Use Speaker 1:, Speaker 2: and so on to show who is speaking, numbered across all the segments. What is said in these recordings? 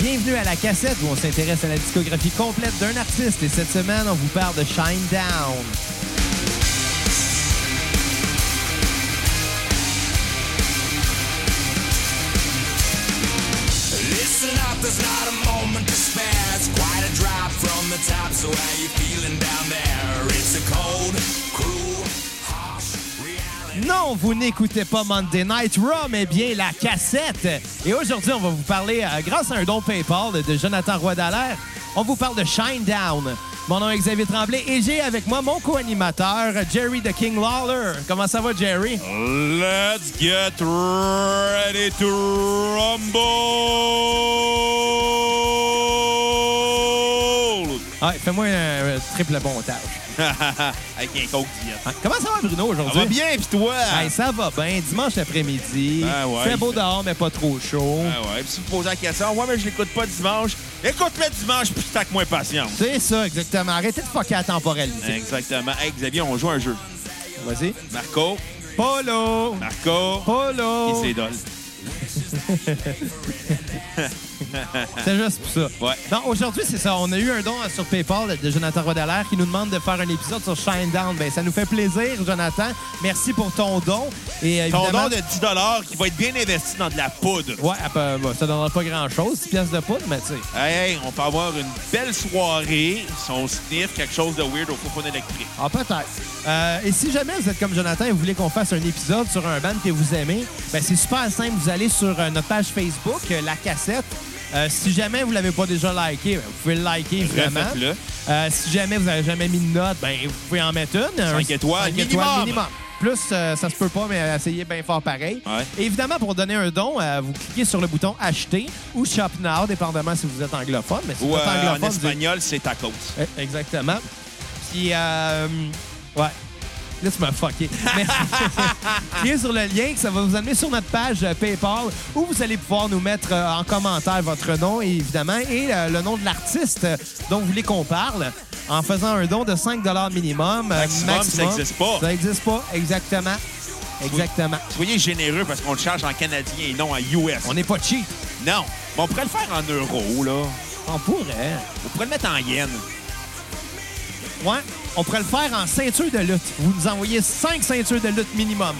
Speaker 1: Bienvenue à la cassette où on s'intéresse à la discographie complète d'un artiste et cette semaine on vous parle de Shine Down.
Speaker 2: Listen up, there's not a moment to spare. It's quite a drop from the top, so how you feeling down there? It's a cold, cruel, harsh reality.
Speaker 1: Non, vous n'écoutez pas Monday Night Raw, mais bien la cassette. Et aujourd'hui, on va vous parler, euh, grâce à un don PayPal de Jonathan Roy Dallaire, on vous parle de Shine Down. Mon nom est Xavier Tremblay et j'ai avec moi mon co-animateur, Jerry The King Lawler. Comment ça va, Jerry?
Speaker 2: Let's get ready to rumble!
Speaker 1: Ah, Fais-moi un, un triple montage.
Speaker 2: Avec un coke diète.
Speaker 1: Ah, Comment ça va, Bruno,
Speaker 2: Ça
Speaker 1: aujourd'hui?
Speaker 2: va bien, pis toi?
Speaker 1: Hey, ça va bien. Dimanche après-midi.
Speaker 2: Ah ouais,
Speaker 1: fait beau
Speaker 2: il fait-
Speaker 1: dehors, mais pas trop chaud.
Speaker 2: Ah ouais, pis si vous posez la question, ouais, mais je l'écoute pas dimanche. Écoute-le dimanche, pis t'as que moins patience.
Speaker 1: C'est ça, exactement. Arrêtez de fucker à temporalité.
Speaker 2: Exactement. Hey, Xavier, on joue à un jeu.
Speaker 1: Vas-y.
Speaker 2: Marco,
Speaker 1: Polo!
Speaker 2: Marco,
Speaker 1: Polo!
Speaker 2: et ses dolls.
Speaker 1: C'est juste pour ça.
Speaker 2: Ouais.
Speaker 1: Non, aujourd'hui, c'est ça. On a eu un don sur PayPal de Jonathan Rodalaire qui nous demande de faire un épisode sur Shinedown. Ben, ça nous fait plaisir, Jonathan. Merci pour ton don. Et euh,
Speaker 2: Ton
Speaker 1: évidemment-
Speaker 2: don de 10 qui va être bien investi dans de la poudre.
Speaker 1: Ouais, ah, ben, bah, ça donnera pas grand-chose, 10 pièces de poudre, mais tu sais.
Speaker 2: Hey, hey, on peut avoir une belle soirée si on sniff quelque chose de weird au faux électrique.
Speaker 1: Ah, peut-être. Euh, et si jamais vous êtes comme Jonathan et vous voulez qu'on fasse un épisode sur un band que vous aimez, ben, c'est super simple. Vous allez sur euh, notre page Facebook, euh, La Cassette. Euh, si jamais vous l'avez pas déjà liké, ben, vous pouvez le liker, évidemment.
Speaker 2: Refaites-le.
Speaker 1: Euh, si jamais vous n'avez jamais mis de note, ben, vous pouvez en mettre une. Un-
Speaker 2: Cinq étoiles
Speaker 1: cinq
Speaker 2: minimum.
Speaker 1: Plus, euh, ça se peut pas, mais essayez bien fort pareil.
Speaker 2: Ouais.
Speaker 1: Et Évidemment, pour donner un don, euh, vous cliquez sur le bouton Acheter ou Shop Now, dépendamment si vous êtes anglophone. Mais si
Speaker 2: Ou
Speaker 1: vous êtes
Speaker 2: euh, en
Speaker 1: anglophone, vous-
Speaker 2: espagnol, c'est ta cause.
Speaker 1: eh, Exactement. Puis, euh, ouais. Là, tu m'as fucké. Mais cliquez sur le lien, que ça va vous amener sur notre page euh, PayPal où vous allez pouvoir nous mettre euh, en commentaire votre nom, évidemment, et euh, le nom de l'artiste euh, dont vous voulez qu'on parle en faisant un don de 5 minimum. euh,
Speaker 2: Maximum, ça existe pas.
Speaker 1: Ça n'existe pas, exactement. Exactement.
Speaker 2: Soyez généreux parce qu'on le charge en canadien et non en US.
Speaker 1: On n'est pas cheap.
Speaker 2: Non, mais on pourrait le faire en euros, là.
Speaker 1: On pourrait.
Speaker 2: On pourrait le mettre en yens.
Speaker 1: Ouais. On pourrait le faire en ceinture de lutte. Vous nous envoyez 5 ceintures de lutte minimum.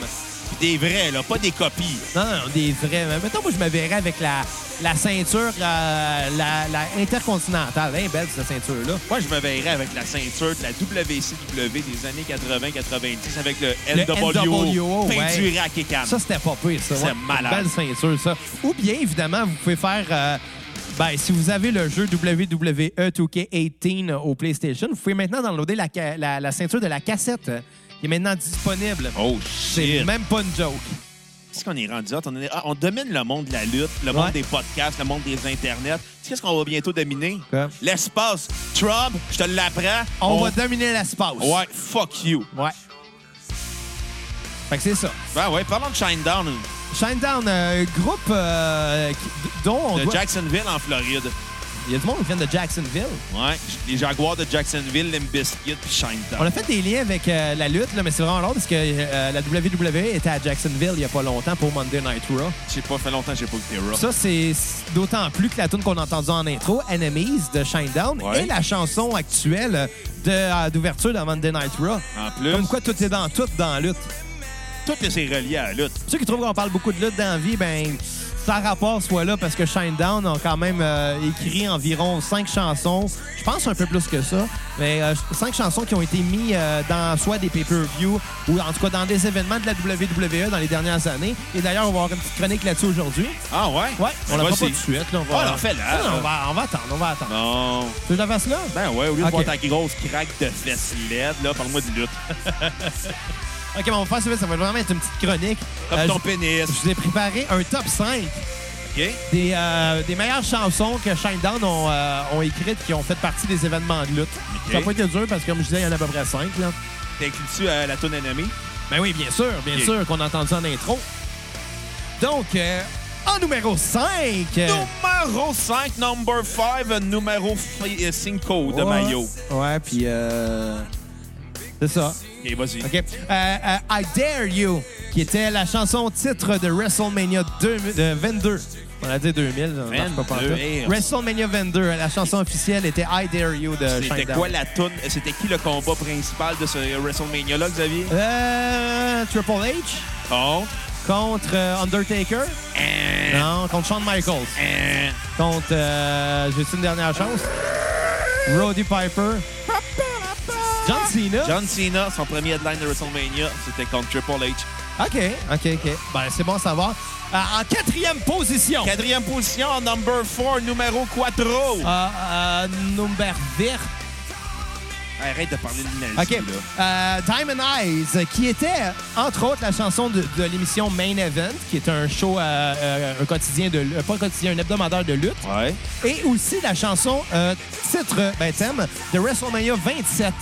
Speaker 2: Puis Des vrais, là, pas des copies.
Speaker 1: Non, non, des vrais. Mais Mettons, moi, je me verrais avec la, la ceinture euh, la, la intercontinentale. Elle est belle, cette ceinture-là.
Speaker 2: Moi, je me verrais avec la ceinture de la WCW des années 80-90 avec le
Speaker 1: Le
Speaker 2: NWO,
Speaker 1: NWO, ouais.
Speaker 2: peinturé à Kékan.
Speaker 1: Ça, c'était pas pire, ça.
Speaker 2: C'est
Speaker 1: ouais.
Speaker 2: malade.
Speaker 1: Belle ceinture, ça. Ou bien, évidemment, vous pouvez faire... euh, ben, si vous avez le jeu E WWE 2K18 au PlayStation, vous pouvez maintenant downloader la, ca- la, la ceinture de la cassette euh, qui est maintenant disponible.
Speaker 2: Oh,
Speaker 1: C'est
Speaker 2: shit.
Speaker 1: même pas une joke.
Speaker 2: Qu'est-ce qu'on est rendu hot? On, est- ah, on domine le monde de la lutte, le monde
Speaker 1: Ouais.
Speaker 2: des podcasts, le monde des internets. Tu sais Qu'est-ce qu'on va bientôt dominer?
Speaker 1: Quoi?
Speaker 2: L'espace. Trump, je te l'apprends.
Speaker 1: hein. On, va dominer l'espace.
Speaker 2: Ouais, fuck you.
Speaker 1: Ouais. Fait que c'est ça.
Speaker 2: Ben ouais, parlons de Shinedown,
Speaker 1: Shinedown, euh, groupe euh, qui- dont on
Speaker 2: de
Speaker 1: doit...
Speaker 2: Jacksonville en Floride.
Speaker 1: Il y a du monde qui vient de Jacksonville.
Speaker 2: Ouais, les Jaguars de Jacksonville, Limp Bizkit puis Shinedown.
Speaker 1: On a fait des liens avec euh, la lutte, là, mais c'est vraiment long parce que euh, la WWE était à Jacksonville il n'y a pas longtemps pour Monday Night Raw.
Speaker 2: J'ai pas fait longtemps que j'ai pas écouté Raw.
Speaker 1: Ça, c'est d'autant plus que la tune qu'on a entendue en intro, Enemies de Shinedown,
Speaker 2: Ouais.
Speaker 1: est la chanson actuelle de, euh, d'ouverture de Monday Night Raw.
Speaker 2: En plus,
Speaker 1: Comme quoi, tout est dans tout dans la lutte.
Speaker 2: tout est relié à la lutte.
Speaker 1: Ceux qui trouvent qu'on parle beaucoup de lutte dans la vie, ben, ça rapport soit là parce que Shinedown ont quand même euh, écrit environ cinq chansons. Je pense un peu plus que ça, mais euh, cinq chansons qui ont été mises euh, dans soit des pay-per-view ou en tout cas dans des événements de la WWE dans les dernières années. Et d'ailleurs, on va avoir une petite chronique là-dessus aujourd'hui.
Speaker 2: Ah ouais?
Speaker 1: Ouais, on la fera
Speaker 2: va
Speaker 1: pas
Speaker 2: essayer.
Speaker 1: tout de suite. Là, on
Speaker 2: Ah,
Speaker 1: va...
Speaker 2: on en fait là.
Speaker 1: Non, non, on, va, on va attendre, on va attendre.
Speaker 2: Non.
Speaker 1: Tu veux que je la fasse là?
Speaker 2: Ben ouais, au lieu de
Speaker 1: Ok.
Speaker 2: voir ta grosse craque de fesses LED, là, parle-moi de lutte.
Speaker 1: OK, mais on va faire ça vite. Ça va vraiment être une petite chronique.
Speaker 2: Comme
Speaker 1: Euh,
Speaker 2: ton
Speaker 1: je-
Speaker 2: pénis,
Speaker 1: je vous ai préparé un top 5
Speaker 2: OK?
Speaker 1: des, euh, des meilleures chansons que Shinedown ont, euh, ont écrites qui ont fait partie des événements de lutte.
Speaker 2: Ok.
Speaker 1: Ça n'a pas été dur parce que, comme je disais, il y en a à peu près cinq. Là.
Speaker 2: T'inclus-tu à la toune ennemie?
Speaker 1: Ben oui, bien sûr, bien
Speaker 2: Ok.
Speaker 1: sûr, qu'on a entendu en intro. Donc, euh, en numéro euh, 5,
Speaker 2: Numéro 5, number 5, numéro 5 euh, de maillot.
Speaker 1: Ouais, puis euh, C'est ça.
Speaker 2: OK, vas-y.
Speaker 1: OK. Euh, euh, I Dare You, qui était la chanson titre de WrestleMania 2000 de 22. On a dit 2000, ça marche pas partout.
Speaker 2: 22, hey.
Speaker 1: WrestleMania 22, la chanson officielle était I Dare You de
Speaker 2: C'était
Speaker 1: Shinedown.
Speaker 2: quoi la toune? Euh, C'était qui le combat principal de ce WrestleMania-là, Xavier?
Speaker 1: Euh, Triple H
Speaker 2: Oh.
Speaker 1: contre euh, Undertaker.
Speaker 2: Eh.
Speaker 1: Non, contre Shawn Michaels.
Speaker 2: Euh,
Speaker 1: Contre, euh, j'ai une dernière chance. Roddy Piper. John Cena.
Speaker 2: John Cena, son premier headline de WrestleMania, c'était contre Triple H.
Speaker 1: OK, OK, OK. Ben, c'est bon à savoir. Euh, en quatrième position.
Speaker 2: Quatrième position, number 4, numéro 4.
Speaker 1: Euh, euh, number vert.
Speaker 2: Arrête de parler de l'inazie,
Speaker 1: OK.
Speaker 2: là.
Speaker 1: Euh, Diamond Eyes, qui était, entre autres, la chanson de, de l'émission Main Event, qui est un show, euh, euh, un quotidien de... euh, pas un quotidien, un hebdomadaire de lutte.
Speaker 2: Ouais.
Speaker 1: Et aussi la chanson euh, titre, ben thème, de WrestleMania 27.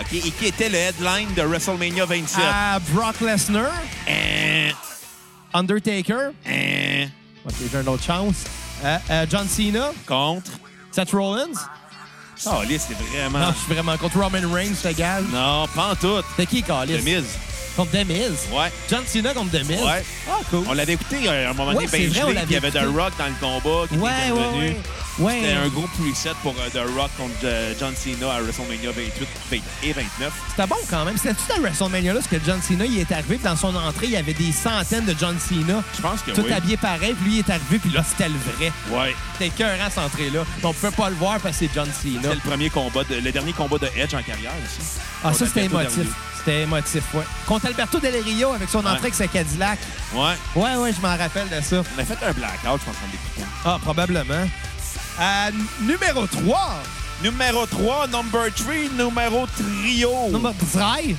Speaker 2: OK, et qui était le headline de WrestleMania 27?
Speaker 1: À Brock Lesnar,
Speaker 2: Euh,
Speaker 1: Undertaker,
Speaker 2: euh,
Speaker 1: OK, j'ai une autre chance, Euh, euh, John Cena,
Speaker 2: contre.
Speaker 1: Seth Rollins.
Speaker 2: Oh, là, c'est vraiment.
Speaker 1: Ah. Non, je suis vraiment contre Roman Reigns, je te gage.
Speaker 2: Non, pas en tout.
Speaker 1: C'est qui, Carlis?
Speaker 2: Le Miz.
Speaker 1: Contre The Miz.
Speaker 2: Ouais.
Speaker 1: John Cena contre The Miz.
Speaker 2: Ouais.
Speaker 1: Ah, cool.
Speaker 2: On l'avait écouté euh, à un moment
Speaker 1: Ouais,
Speaker 2: donné,
Speaker 1: c'est
Speaker 2: ben
Speaker 1: vrai, on
Speaker 2: gelé,
Speaker 1: l'avait
Speaker 2: puis il y avait The
Speaker 1: écouté.
Speaker 2: Rock dans le combat qui
Speaker 1: Ouais,
Speaker 2: était
Speaker 1: ouais,
Speaker 2: revenu.
Speaker 1: ouais. Ouais.
Speaker 2: C'était un gros preset pour euh, The Rock contre euh, John Cena à WrestleMania 28 20 et 29.
Speaker 1: C'était bon quand même. C'était tout à WrestleMania là, parce que John Cena, il est arrivé, puis dans son entrée, il y avait des centaines de John Cena.
Speaker 2: Je pense que
Speaker 1: Tout
Speaker 2: Ah oui.
Speaker 1: habillé pareil, puis lui, il est arrivé, puis là, c'était le vrai.
Speaker 2: Ouais.
Speaker 1: C'était écœurant, hein, cette entrée-là. Puis On peut pas le voir parce que c'est John Cena.
Speaker 2: C'était le premier combat, de- le dernier combat de Edge en carrière aussi.
Speaker 1: Ah,
Speaker 2: Contre
Speaker 1: ça, c'était
Speaker 2: Alberto
Speaker 1: émotif. C'était émotif, ouais. Contre Alberto Del Rio avec son entrée avec sa Cadillac.
Speaker 2: Del Rio. Ouais.
Speaker 1: Ouais, ouais, je m'en rappelle de ça.
Speaker 2: On a fait un blackout, je pense, en l'écoutant.
Speaker 1: Ah, probablement. Euh, numéro 3.
Speaker 2: Numéro 3, number 3, numéro trio.
Speaker 1: Number 3.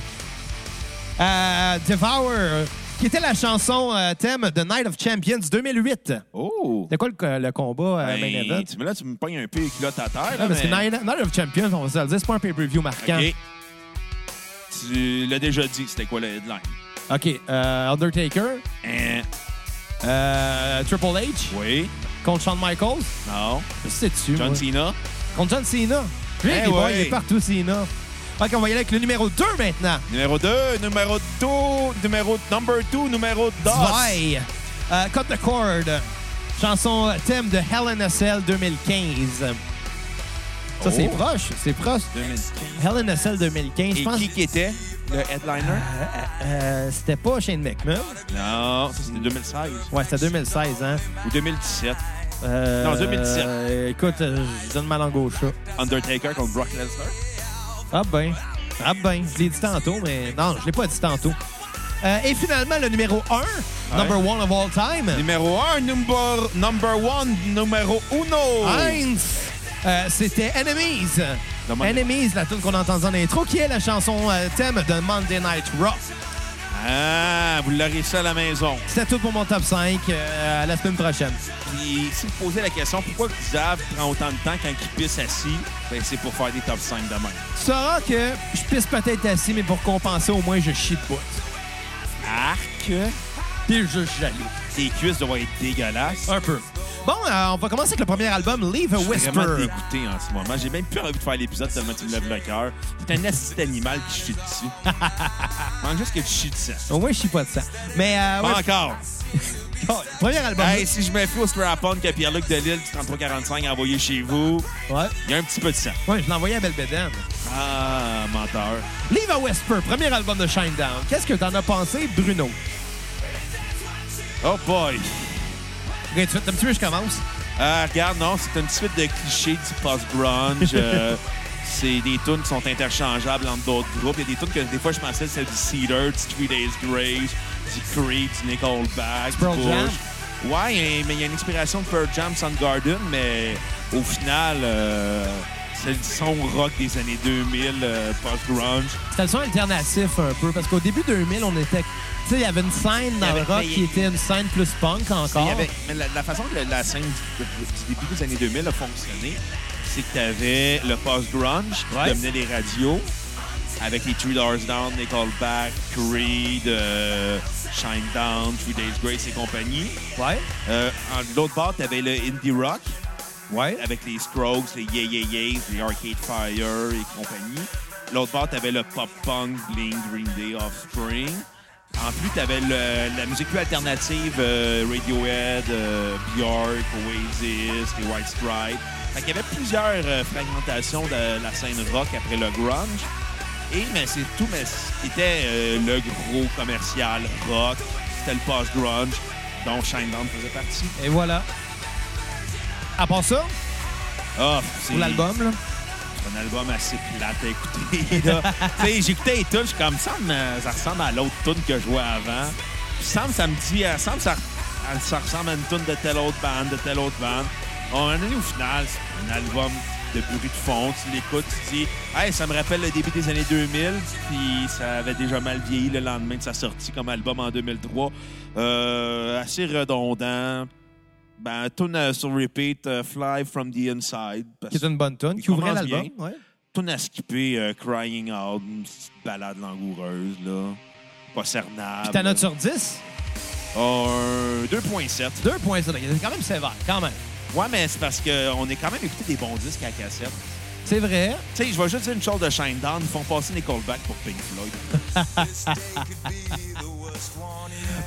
Speaker 1: Euh, Devour, euh, qui était la chanson euh, thème de Night of Champions 2008.
Speaker 2: Oh!
Speaker 1: C'était quoi le, le combat, euh,
Speaker 2: Ben,
Speaker 1: main event?
Speaker 2: tu, mais là, tu me pognes un peu les culottes à terre. là,
Speaker 1: Ah, parce que
Speaker 2: mais-
Speaker 1: Night, Night of Champions, on va se le dire, c'est pas un pay-per-view marquant.
Speaker 2: OK. Tu l'as déjà dit, c'était quoi le headline?
Speaker 1: OK, euh, Undertaker,
Speaker 2: Hein?
Speaker 1: euh, Triple H
Speaker 2: Oui.
Speaker 1: contre Shawn Michaels.
Speaker 2: Non.
Speaker 1: C'est dessus.
Speaker 2: John
Speaker 1: moi.
Speaker 2: Cena.
Speaker 1: Contre John Cena. Lui, il
Speaker 2: Eh
Speaker 1: est bon,
Speaker 2: ouais.
Speaker 1: il est partout, Cena. OK, on va y aller avec le numéro 2 maintenant.
Speaker 2: Numéro 2, numéro 2, numéro number 2, numéro 2.
Speaker 1: Zwei. Euh, Cut the Cord. Chanson euh, thème de Hell in a Cell 2015. Ça, c'est
Speaker 2: Oh.
Speaker 1: proche. C'est proche. Hell in a Cell 2015, je
Speaker 2: Et
Speaker 1: pense.
Speaker 2: qui qui était le headliner?
Speaker 1: euh, c'était pas Shane McMahon.
Speaker 2: Non, ça c'était 2016
Speaker 1: Ouais, c'était 2016, hein?
Speaker 2: ou 2017.
Speaker 1: Euh,
Speaker 2: Non, 2017.
Speaker 1: euh, écoute, euh, je donne ma langue au chat.
Speaker 2: Undertaker contre Brock Lesnar.
Speaker 1: Ah ben. Ah ben. Je l'ai dit tantôt, mais non, je l'ai pas dit tantôt. Euh, et finalement, le numéro 1, number one of all time.
Speaker 2: Numéro 1, number, number 1, numéro 1.
Speaker 1: Heinz. Euh, C'était Enemies.
Speaker 2: Le Monday-
Speaker 1: Enemies, la tune qu'on a entendue en intro, qui est la chanson euh, thème de Monday Night Raw.
Speaker 2: Ah, vous l'aurez ça à la maison.
Speaker 1: C'était tout pour mon top 5. euh, à la semaine prochaine.
Speaker 2: Puis si vous posez la question pourquoi Xav prend autant de temps quand il pisse assis, ben, c'est pour faire des top 5 demain.
Speaker 1: Tu sauras que je pisse peut-être assis, mais pour compenser, au moins, je chie de bout.
Speaker 2: Arc,
Speaker 1: Puis je suis jaloux.
Speaker 2: tes cuisses doivent être dégueulasses.
Speaker 1: Un peu. Bon, euh, on va commencer avec le premier album, Leave a
Speaker 2: Je suis vraiment
Speaker 1: Whisper.
Speaker 2: dégoûté en ce moment. J'ai même plus envie de faire l'épisode tellement tu me lèves le cœur. C'est un assis animal qui chie dessus. Manque juste que tu chies dessus.
Speaker 1: Au moins, je chie pas de ça. Mais, euh,
Speaker 2: Pas
Speaker 1: Ah ouais,
Speaker 2: encore.
Speaker 1: premier album.
Speaker 2: Ah, Hey, si je me fie au strap-on que Pierre-Luc Delille du 3345 a envoyé chez vous,
Speaker 1: Ouais.
Speaker 2: il y a un petit peu de sang.
Speaker 1: Ouais, je l'ai envoyé à Belbédène.
Speaker 2: Ah, menteur.
Speaker 1: Leave a Whisper, premier album de Shinedown. Qu'est-ce que t'en as pensé, Bruno?
Speaker 2: Oh boy.
Speaker 1: Ok, tu veux- t'aimes-tu mieux que je commence?
Speaker 2: Ah, regarde, non, c'est une suite de clichés du post-grunge. Euh, c'est des tunes qui sont interchangeables entre d'autres groupes. Il y a des tunes que des fois je pensais celles du Cedar, du Three Days Grace, du Creep, du Nickelback, du
Speaker 1: Pearl
Speaker 2: Bush.
Speaker 1: Jam?
Speaker 2: Ouais, et- mais il y a une inspiration de Pearl Jam, Soundgarden, mais au final, euh, c'est du son rock des années 2000, euh, post-grunge.
Speaker 1: C'était le son alternatif un peu, parce qu'au début 2000, on était. Tu sais, il y avait une scène dans
Speaker 2: Il y
Speaker 1: le
Speaker 2: avait-
Speaker 1: rock
Speaker 2: mais il-
Speaker 1: qui était une scène plus punk
Speaker 2: Il
Speaker 1: encore.
Speaker 2: y avait- mais la, la façon que le- la scène du, du début des années 2000 a fonctionné, c'est que tu avais le post-grunge qui
Speaker 1: Ouais.
Speaker 2: dominait les radios avec les Three Doors Down, Nickelback, Creed, euh, Shine Down, Three Days Grace et compagnie.
Speaker 1: Ouais.
Speaker 2: Euh, en- de l'autre part, tu avais le indie rock
Speaker 1: Ouais.
Speaker 2: avec les Strokes, les Yeah Yeah Yeahs, les Arcade Fire et compagnie. L'autre bord, t'avais le pop-punk Bling Green Day Offspring. En plus, t'avais le- la musique plus alternative euh, Radiohead, euh, Bjork, Oasis, les White Stripes. Fait qu'il y avait plusieurs euh, fragmentations de la scène rock après le grunge. Et mais c'est tout, mais c'était euh, le gros commercial rock. C'était le post-grunge dont Shinedown faisait partie.
Speaker 1: Et voilà. À part ça,
Speaker 2: Ah, c'est
Speaker 1: pour l'album, là.
Speaker 2: c'est un album assez plate à écouter. là. Tu sais, J'écoutais les tunes, je suis comme ça, me- ça ressemble à l'autre tune que je jouais avant. Puis ça me, ça me dit, euh, ça me, ça, re- ça ressemble à une tune de telle autre bande, de telle autre bande. À un moment donné, au final, c'est un album de bruit de fond. Tu l'écoutes, tu dis, hey, ça me rappelle le début des années 2000, puis ça avait déjà mal vieilli le lendemain de sa sortie comme album en 2003. Euh, assez redondant. Ben, tune euh, sur repeat, euh, Fly from the Inside. parce
Speaker 1: qui est une bonne tune,
Speaker 2: Il
Speaker 1: qui ouvrait
Speaker 2: commence
Speaker 1: l'album.
Speaker 2: bien.
Speaker 1: Ouais.
Speaker 2: Tout à skipper euh, Crying Out, une petite balade langoureuse, là. Pas cernable.
Speaker 1: Puis ta note sur 10,
Speaker 2: Oh, un 2.7.
Speaker 1: 2.7. C'est quand même sévère, quand même.
Speaker 2: Ouais, mais c'est parce qu'on est quand même écouté des bons disques à la cassette.
Speaker 1: C'est vrai.
Speaker 2: Tu sais, je vais juste dire une chose de Shinedown, ils font passer les callbacks pour Pink Floyd.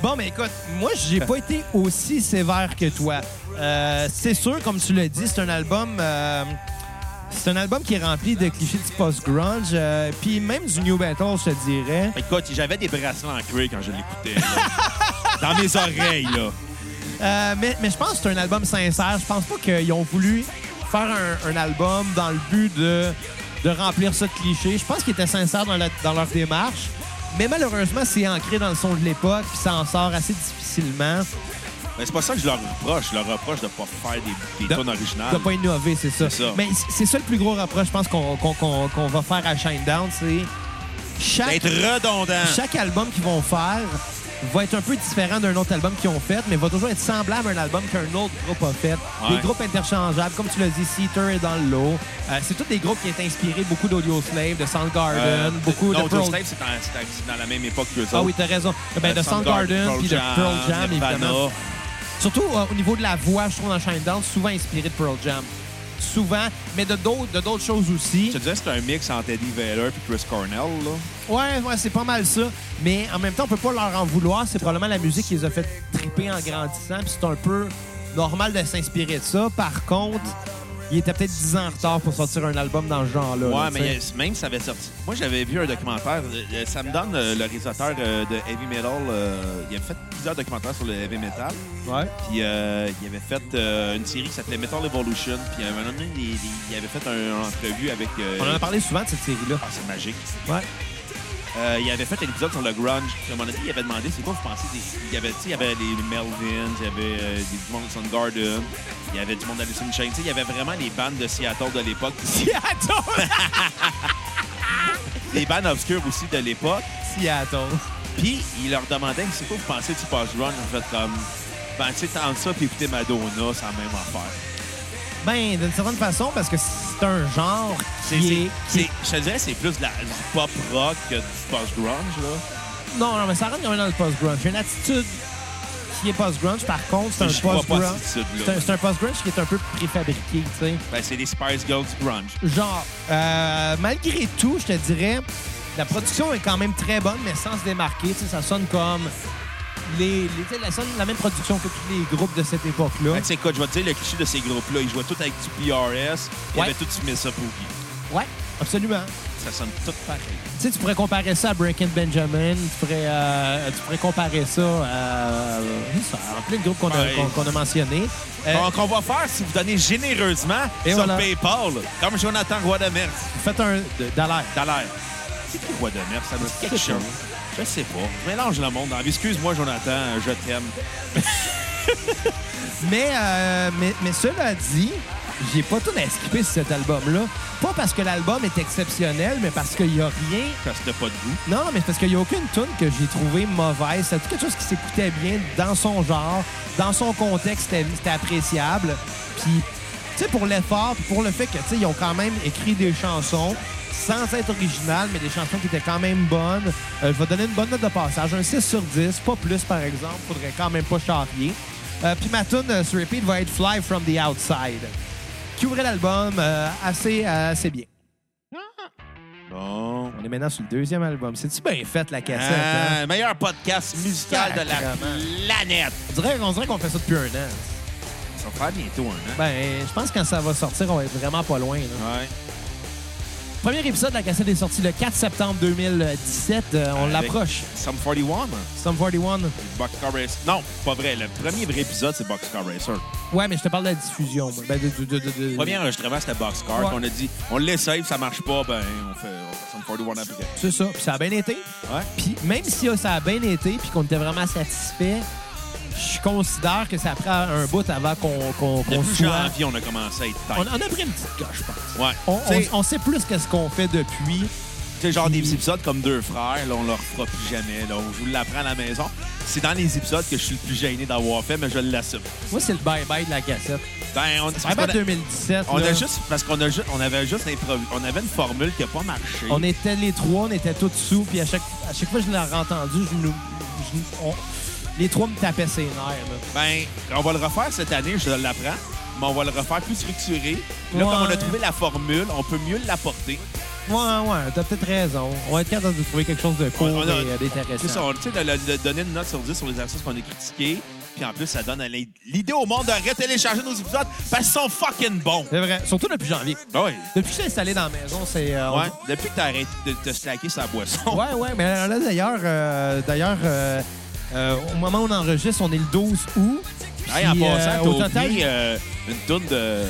Speaker 1: Bon, mais écoute, moi, j'ai pas été aussi sévère que toi. Euh, c'est sûr, comme tu l'as dit, c'est un album. euh, c'est un album qui est rempli de clichés du post-grunge, euh, puis même du new metal, je te dirais.
Speaker 2: Écoute, j'avais des bracelets en cuir quand je l'écoutais. là. Dans mes oreilles, là.
Speaker 1: Euh, mais, mais je pense que c'est un album sincère. Je pense pas qu'ils ont voulu faire un, un album dans le but de, de remplir ça de clichés. Je pense qu'ils étaient sincères dans, la- dans leur démarche. Mais malheureusement, c'est ancré dans le son de l'époque, puis ça en sort assez difficilement.
Speaker 2: Mais c'est pas ça que je leur reproche. Je leur reproche de pas faire des, des
Speaker 1: De-
Speaker 2: tonnes originales.
Speaker 1: De Ah. pas innover, c'est ça.
Speaker 2: C'est ça.
Speaker 1: Mais c- c'est ça le plus gros reproche, je pense, qu'on qu'on- qu'on- qu'on va faire à Shinedown, c'est chaque,
Speaker 2: D'être redondant.
Speaker 1: chaque album qu'ils vont faire va être un peu différent d'un autre album qu'ils ont fait, mais va toujours être semblable à un album qu'un autre groupe a fait. Des
Speaker 2: Ouais.
Speaker 1: groupes interchangeables, comme tu l'as dit, Seater est dans le lot. Euh, c'est tous des groupes qui étaient inspirés beaucoup d'Audio Slave, de Soundgarden,
Speaker 2: Euh,
Speaker 1: beaucoup
Speaker 2: non,
Speaker 1: de
Speaker 2: Joe
Speaker 1: Pearl...
Speaker 2: Slave, c'est dans, c'est- c'est dans la même époque que eux
Speaker 1: Ah
Speaker 2: autres.
Speaker 1: oui, t'as raison. Ben, de
Speaker 2: Euh,
Speaker 1: Soundgarden, puis de Pearl Jam,
Speaker 2: Nirvana.
Speaker 1: évidemment. Surtout euh, au niveau de la voix, je trouve, dans Shinedown, souvent inspiré de Pearl Jam. Souvent, mais de d'autres de d'autres choses aussi.
Speaker 2: Je te disais, c'est un mix entre Eddie Vedder et Chris Cornell. Là.
Speaker 1: Ouais, ouais, c'est pas mal ça. Mais en même temps, on peut pas leur en vouloir. C'est probablement la musique qui les a fait triper en grandissant. Puis c'est un peu normal de s'inspirer de ça. Par contre, il était peut-être 10 ans en retard pour sortir un album dans ce genre-là.
Speaker 2: Ouais,
Speaker 1: là, tu
Speaker 2: mais
Speaker 1: sais.
Speaker 2: euh, même ça avait sorti. Moi, j'avais vu un documentaire. euh, Ça me donne euh, le réalisateur euh, de Heavy Metal. euh, il avait fait plusieurs documentaires sur le Heavy Metal.
Speaker 1: Ouais.
Speaker 2: Puis euh, il avait fait euh, une série qui s'appelait Metal Evolution. Puis euh, à un moment donné, il, il- il avait fait un- une entrevue avec. euh,
Speaker 1: On en a parlé souvent de cette série-là.
Speaker 2: Ah, c'est magique.
Speaker 1: Ouais.
Speaker 2: Euh, il avait fait un épisode sur le grunge. Puis à un moment donné, il avait demandé c'est quoi vous pensez des. Il y avait, tu sais, il y avait les Melvins, il y avait euh, des, du monde de Soundgarden, il y avait du monde d'Alice in Chains. Tu sais, Il y avait vraiment les bandes de Seattle de l'époque.
Speaker 1: Seattle!
Speaker 2: des bandes obscures aussi de l'époque.
Speaker 1: Seattle.
Speaker 2: Puis il leur demandait c'est quoi vous pensez du post-grunge. En fait, comme. Ben, tu sais, t'entends ça puis écouter Madonna, c'est la même affaire.
Speaker 1: Ben, d'une certaine façon, parce que c'est un genre
Speaker 2: C'est-
Speaker 1: qui est...
Speaker 2: c'est- c'est- Je te dirais, c'est plus de la, du pop rock que du post-grunge, là.
Speaker 1: Non, non, mais ça rentre quand même dans le post-grunge. Il y a une attitude qui est post-grunge. Par contre, c'est un
Speaker 2: Je crois pas à
Speaker 1: post-grunge.
Speaker 2: cette attitude-là.
Speaker 1: C'est un- c'est un, post-grunge qui est un peu préfabriqué, tu sais.
Speaker 2: Ben, c'est les Spice Girls du grunge.
Speaker 1: Genre, euh, malgré tout, je te dirais, la production est quand même très bonne, mais sans se démarquer. Tu sais, ça sonne comme les, les- tu sais, la, sonne la même production que tous les groupes de cette époque-là.
Speaker 2: Ben, tu sais écoute, je vais te dire le cliché de ces groupes-là. Ils jouaient tous avec du PRS. Ils
Speaker 1: Ouais.
Speaker 2: avaient tous du Miss Up Boogie.
Speaker 1: Ouais, absolument.
Speaker 2: Ça sonne tout pareil.
Speaker 1: Tu sais, tu pourrais comparer ça à Breaking Benjamin. Tu pourrais, euh, tu pourrais comparer ça euh, à, à plein de groupes qu'on a,
Speaker 2: Ouais. Ah.
Speaker 1: qu'on- qu'on a mentionnés. Euh,
Speaker 2: Donc, on va faire, si vous donnez généreusement
Speaker 1: Et
Speaker 2: sur
Speaker 1: voilà.
Speaker 2: PayPal, comme Jonathan Roy de Merz,
Speaker 1: faites un... D'alerte.
Speaker 2: dans l'air. C'est qui Roy de Merz? Ça me dit quelque
Speaker 1: Je sais pas.
Speaker 2: chose. Je sais pas. Je mélange le monde. dans la vie. Excuse-moi, Jonathan, euh, je t'aime.
Speaker 1: Mais, euh, mais, mais cela dit, j'ai pas tout à skipper sur cet album-là. Pas parce que l'album est exceptionnel, mais parce qu'il y a rien.
Speaker 2: Parce que t'as pas de goût.
Speaker 1: Non, mais parce qu'il y a aucune tune que j'ai trouvée mauvaise. C'est quelque chose qui s'écoutait bien dans son genre, dans son contexte, c'était c'était appréciable. Puis, tu sais, pour l'effort, puis pour le fait que, tu sais, ils ont quand même écrit des chansons sans être originales, mais des chansons qui étaient quand même bonnes. Euh, je vais donner une bonne note de passage, un 6 sur 10, pas plus par exemple. Faudrait quand même pas charrier. Euh, puis ma tune euh, sur repeat va être Fly from the Outside, qui ouvrait l'album euh, assez, assez bien.
Speaker 2: Bon.
Speaker 1: euh, On est maintenant sur le deuxième album. C'est-tu bien fait, la cassette? hein?
Speaker 2: Ah, meilleur podcast musical de la
Speaker 1: Sacrement.
Speaker 2: planète.
Speaker 1: On dirait- On dirait qu'on fait ça depuis un an.
Speaker 2: Ça va faire bientôt un an.
Speaker 1: Ben, je pense que quand ça va sortir, on va être vraiment pas loin. là.
Speaker 2: Ouais.
Speaker 1: Premier épisode de la cassette est sorti le 4 septembre 2017. Euh, on
Speaker 2: Avec
Speaker 1: l'approche.
Speaker 2: Sum hein? 41,
Speaker 1: Sum 41.
Speaker 2: Boxcar Racer. Non, pas vrai. Le premier vrai épisode, c'est Boxcar Racer.
Speaker 1: Ouais, mais je te parle de la diffusion. moi. Ben, de, de- de- de- de-
Speaker 2: Le premier enregistrement, c'était Boxcar.
Speaker 1: Ouais.
Speaker 2: puis On a dit, on l'essaye, ça marche pas, ben, on fait, on fait Sum 41 après.
Speaker 1: C'est ça. Puis ça a bien été.
Speaker 2: Ouais.
Speaker 1: Puis même si euh, ça a bien été puis qu'on était vraiment satisfait, je considère que ça prend un bout avant qu'on qu'on- qu'on
Speaker 2: Depuis
Speaker 1: soit-
Speaker 2: janvier, on a commencé à être tight.
Speaker 1: On, on a pris une petite coche, je pense.
Speaker 2: Ouais.
Speaker 1: On, on-
Speaker 2: T'sais-
Speaker 1: on sait plus que ce qu'on fait depuis.
Speaker 2: C'est genre des épisodes comme deux frères, là, on leur fera plus jamais. Là, on vous l'apprend à la maison. C'est dans les épisodes que je suis le plus gêné d'avoir fait, mais je l'assume.
Speaker 1: Moi, c'est le bye-bye de la cassette.
Speaker 2: Ben, on, parce
Speaker 1: Bye-bye
Speaker 2: qu'on a-
Speaker 1: 2017.
Speaker 2: on
Speaker 1: Ah, là.
Speaker 2: a juste parce qu'on a juste, on avait juste improvisé. On avait une formule qui n'a pas marché.
Speaker 1: On était les trois, on était tous sous, puis à chaque, à chaque fois que je l'ai entendu, je nous, je- on- les trois me tapaient ses nerfs. là.
Speaker 2: Ben, on va le refaire cette année, je l'apprends, mais on va le refaire plus structuré. Là,
Speaker 1: Ouais.
Speaker 2: comme on a trouvé la formule, on peut mieux l'apporter.
Speaker 1: Ouais, ouais, t'as peut-être raison. On va être capable de trouver quelque chose de court
Speaker 2: On- on a-
Speaker 1: et euh, d'intéressant.
Speaker 2: C'est ça, on- tu sais, de, de- de donner une note sur 10 sur les artistes qu'on a critiqués. Puis en plus, ça donne à l'id- l'idée au monde de retélécharger nos épisodes parce qu'ils sont fucking bons.
Speaker 1: C'est vrai, surtout depuis janvier.
Speaker 2: Ouais.
Speaker 1: Depuis que je suis installé dans la maison, c'est... euh, on-
Speaker 2: Ouais. Depuis que t'as arrêté de te slacker sa boisson.
Speaker 1: Ouais, ouais, mais là, d'ailleurs, euh, d'ailleurs, euh, euh, au moment où on enregistre, on est le 12 août.
Speaker 2: Hey, en
Speaker 1: Puis, euh,
Speaker 2: passant,
Speaker 1: au
Speaker 2: t'as
Speaker 1: total-
Speaker 2: oublié euh, une tourne de,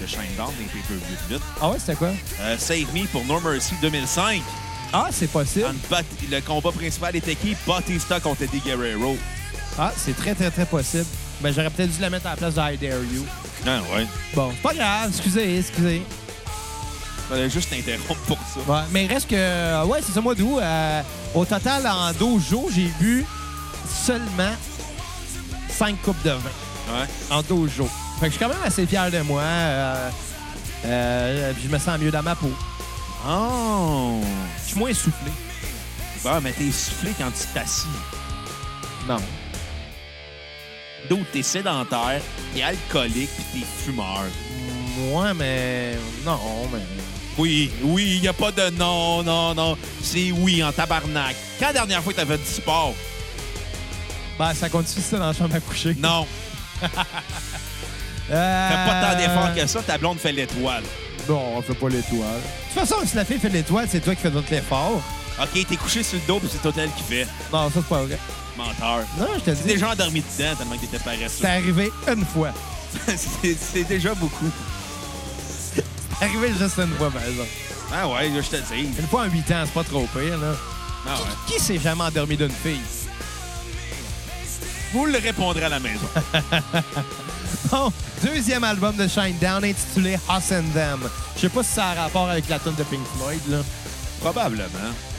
Speaker 2: de Shinedown des pay-per-view de lutte.
Speaker 1: Ah ouais, c'était quoi?
Speaker 2: Euh, Save Me pour No Mercy 2005.
Speaker 1: Ah, c'est possible.
Speaker 2: Entre Bat- le combat principal était qui? Batista contre Eddie Guerrero.
Speaker 1: Ah, c'est très, très, très possible. Ben, j'aurais peut-être dû la mettre à la place de I Dare You.
Speaker 2: Non, ouais.
Speaker 1: Bon, c'est pas grave, excusez, excusez.
Speaker 2: Fallait juste t'interrompre pour ça.
Speaker 1: Ouais, mais reste que. Ouais, c'est ça, moi, d'où. euh, au total, en 12 jours, j'ai bu seulement 5 coupes de vin
Speaker 2: Ouais.
Speaker 1: en 12 jours. Fait que je suis quand même assez fier de moi. euh, euh, puis je me sens mieux dans ma peau.
Speaker 2: Oh!
Speaker 1: Je suis moins soufflé.
Speaker 2: Bon, mais t'es soufflé quand tu t'assis.
Speaker 1: Non.
Speaker 2: D'autres, t'es sédentaire, t'es alcoolique, puis t'es fumeur.
Speaker 1: Moi, mais. Non, mais.
Speaker 2: Oui, oui, y a pas de non, non, non. C'est oui en tabarnak. Quand la dernière fois que t'avais du sport?
Speaker 1: Ben, ça continue, ça, dans la chambre à coucher.
Speaker 2: Non.
Speaker 1: Euh,
Speaker 2: Fais pas tant d'efforts que ça, ta blonde fait l'étoile.
Speaker 1: Bon, on fait pas l'étoile. De toute façon, si la fille fait l'étoile, c'est toi qui fais d'autres efforts.
Speaker 2: OK, t'es couché sur le dos, puis c'est toi qui fait.
Speaker 1: Non, ça, c'est pas vrai.
Speaker 2: Menteur.
Speaker 1: Non, je te
Speaker 2: T'es
Speaker 1: dis.
Speaker 2: déjà endormi dedans tellement que t'étais
Speaker 1: C'est
Speaker 2: paresseux.
Speaker 1: arrivé une fois.
Speaker 2: C'est- c'est déjà beaucoup.
Speaker 1: C'est arrivé juste une fois, par exemple.
Speaker 2: Ah ouais, là, je te le dis.
Speaker 1: Une fois en 8 ans, c'est pas trop pire, là.
Speaker 2: Ah ouais.
Speaker 1: Qui s'est jamais endormi d'une fille?
Speaker 2: Vous le répondrez à la maison.
Speaker 1: Bon, deuxième album de Shinedown intitulé Hoss and Them. Je sais pas si ça a rapport avec la tune de Pink Floyd, là.
Speaker 2: Probablement.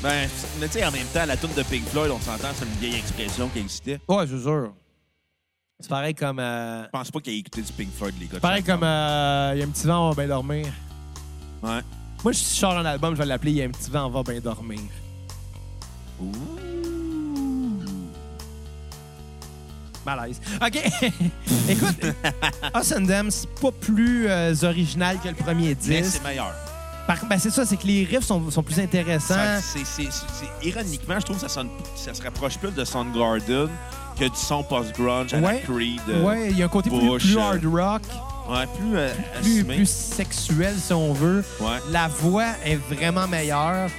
Speaker 2: Ben, mais tu sais, en même temps, la toune de Pink Floyd, on s'entend, c'est une vieille expression qui existait.
Speaker 1: Ouais, je sûr. C'est pareil comme... euh,
Speaker 2: Je pense pas qu'il ait écouté du Pink Floyd, les gars. de
Speaker 1: Pareil
Speaker 2: Shannon.
Speaker 1: comme... euh, Il y a un petit vent, on va bien dormir.
Speaker 2: Ouais.
Speaker 1: Moi, si je sors un album, je vais l'appeler Il y a un petit vent, on va bien dormir. Malaise. OK. Écoute, Hoss and Them, c'est pas plus euh, original que le premier
Speaker 2: Mais
Speaker 1: disque.
Speaker 2: c'est meilleur.
Speaker 1: Par- ben, c'est ça, c'est que les riffs sont, sont plus intéressants.
Speaker 2: Ça- c'est- c'est- c'est- c'est- ironiquement, je trouve que ça, sonne- ça se rapproche plus de Soundgarden que du son post-grunge à
Speaker 1: Ouais.
Speaker 2: la Creed. euh,
Speaker 1: Ouais, il y a un côté plus,
Speaker 2: Bush,
Speaker 1: plus
Speaker 2: euh,
Speaker 1: hard rock,
Speaker 2: ouais, plus, euh,
Speaker 1: plus,
Speaker 2: assumé.
Speaker 1: plus sexuel si on veut.
Speaker 2: Ouais.
Speaker 1: La voix est vraiment meilleure.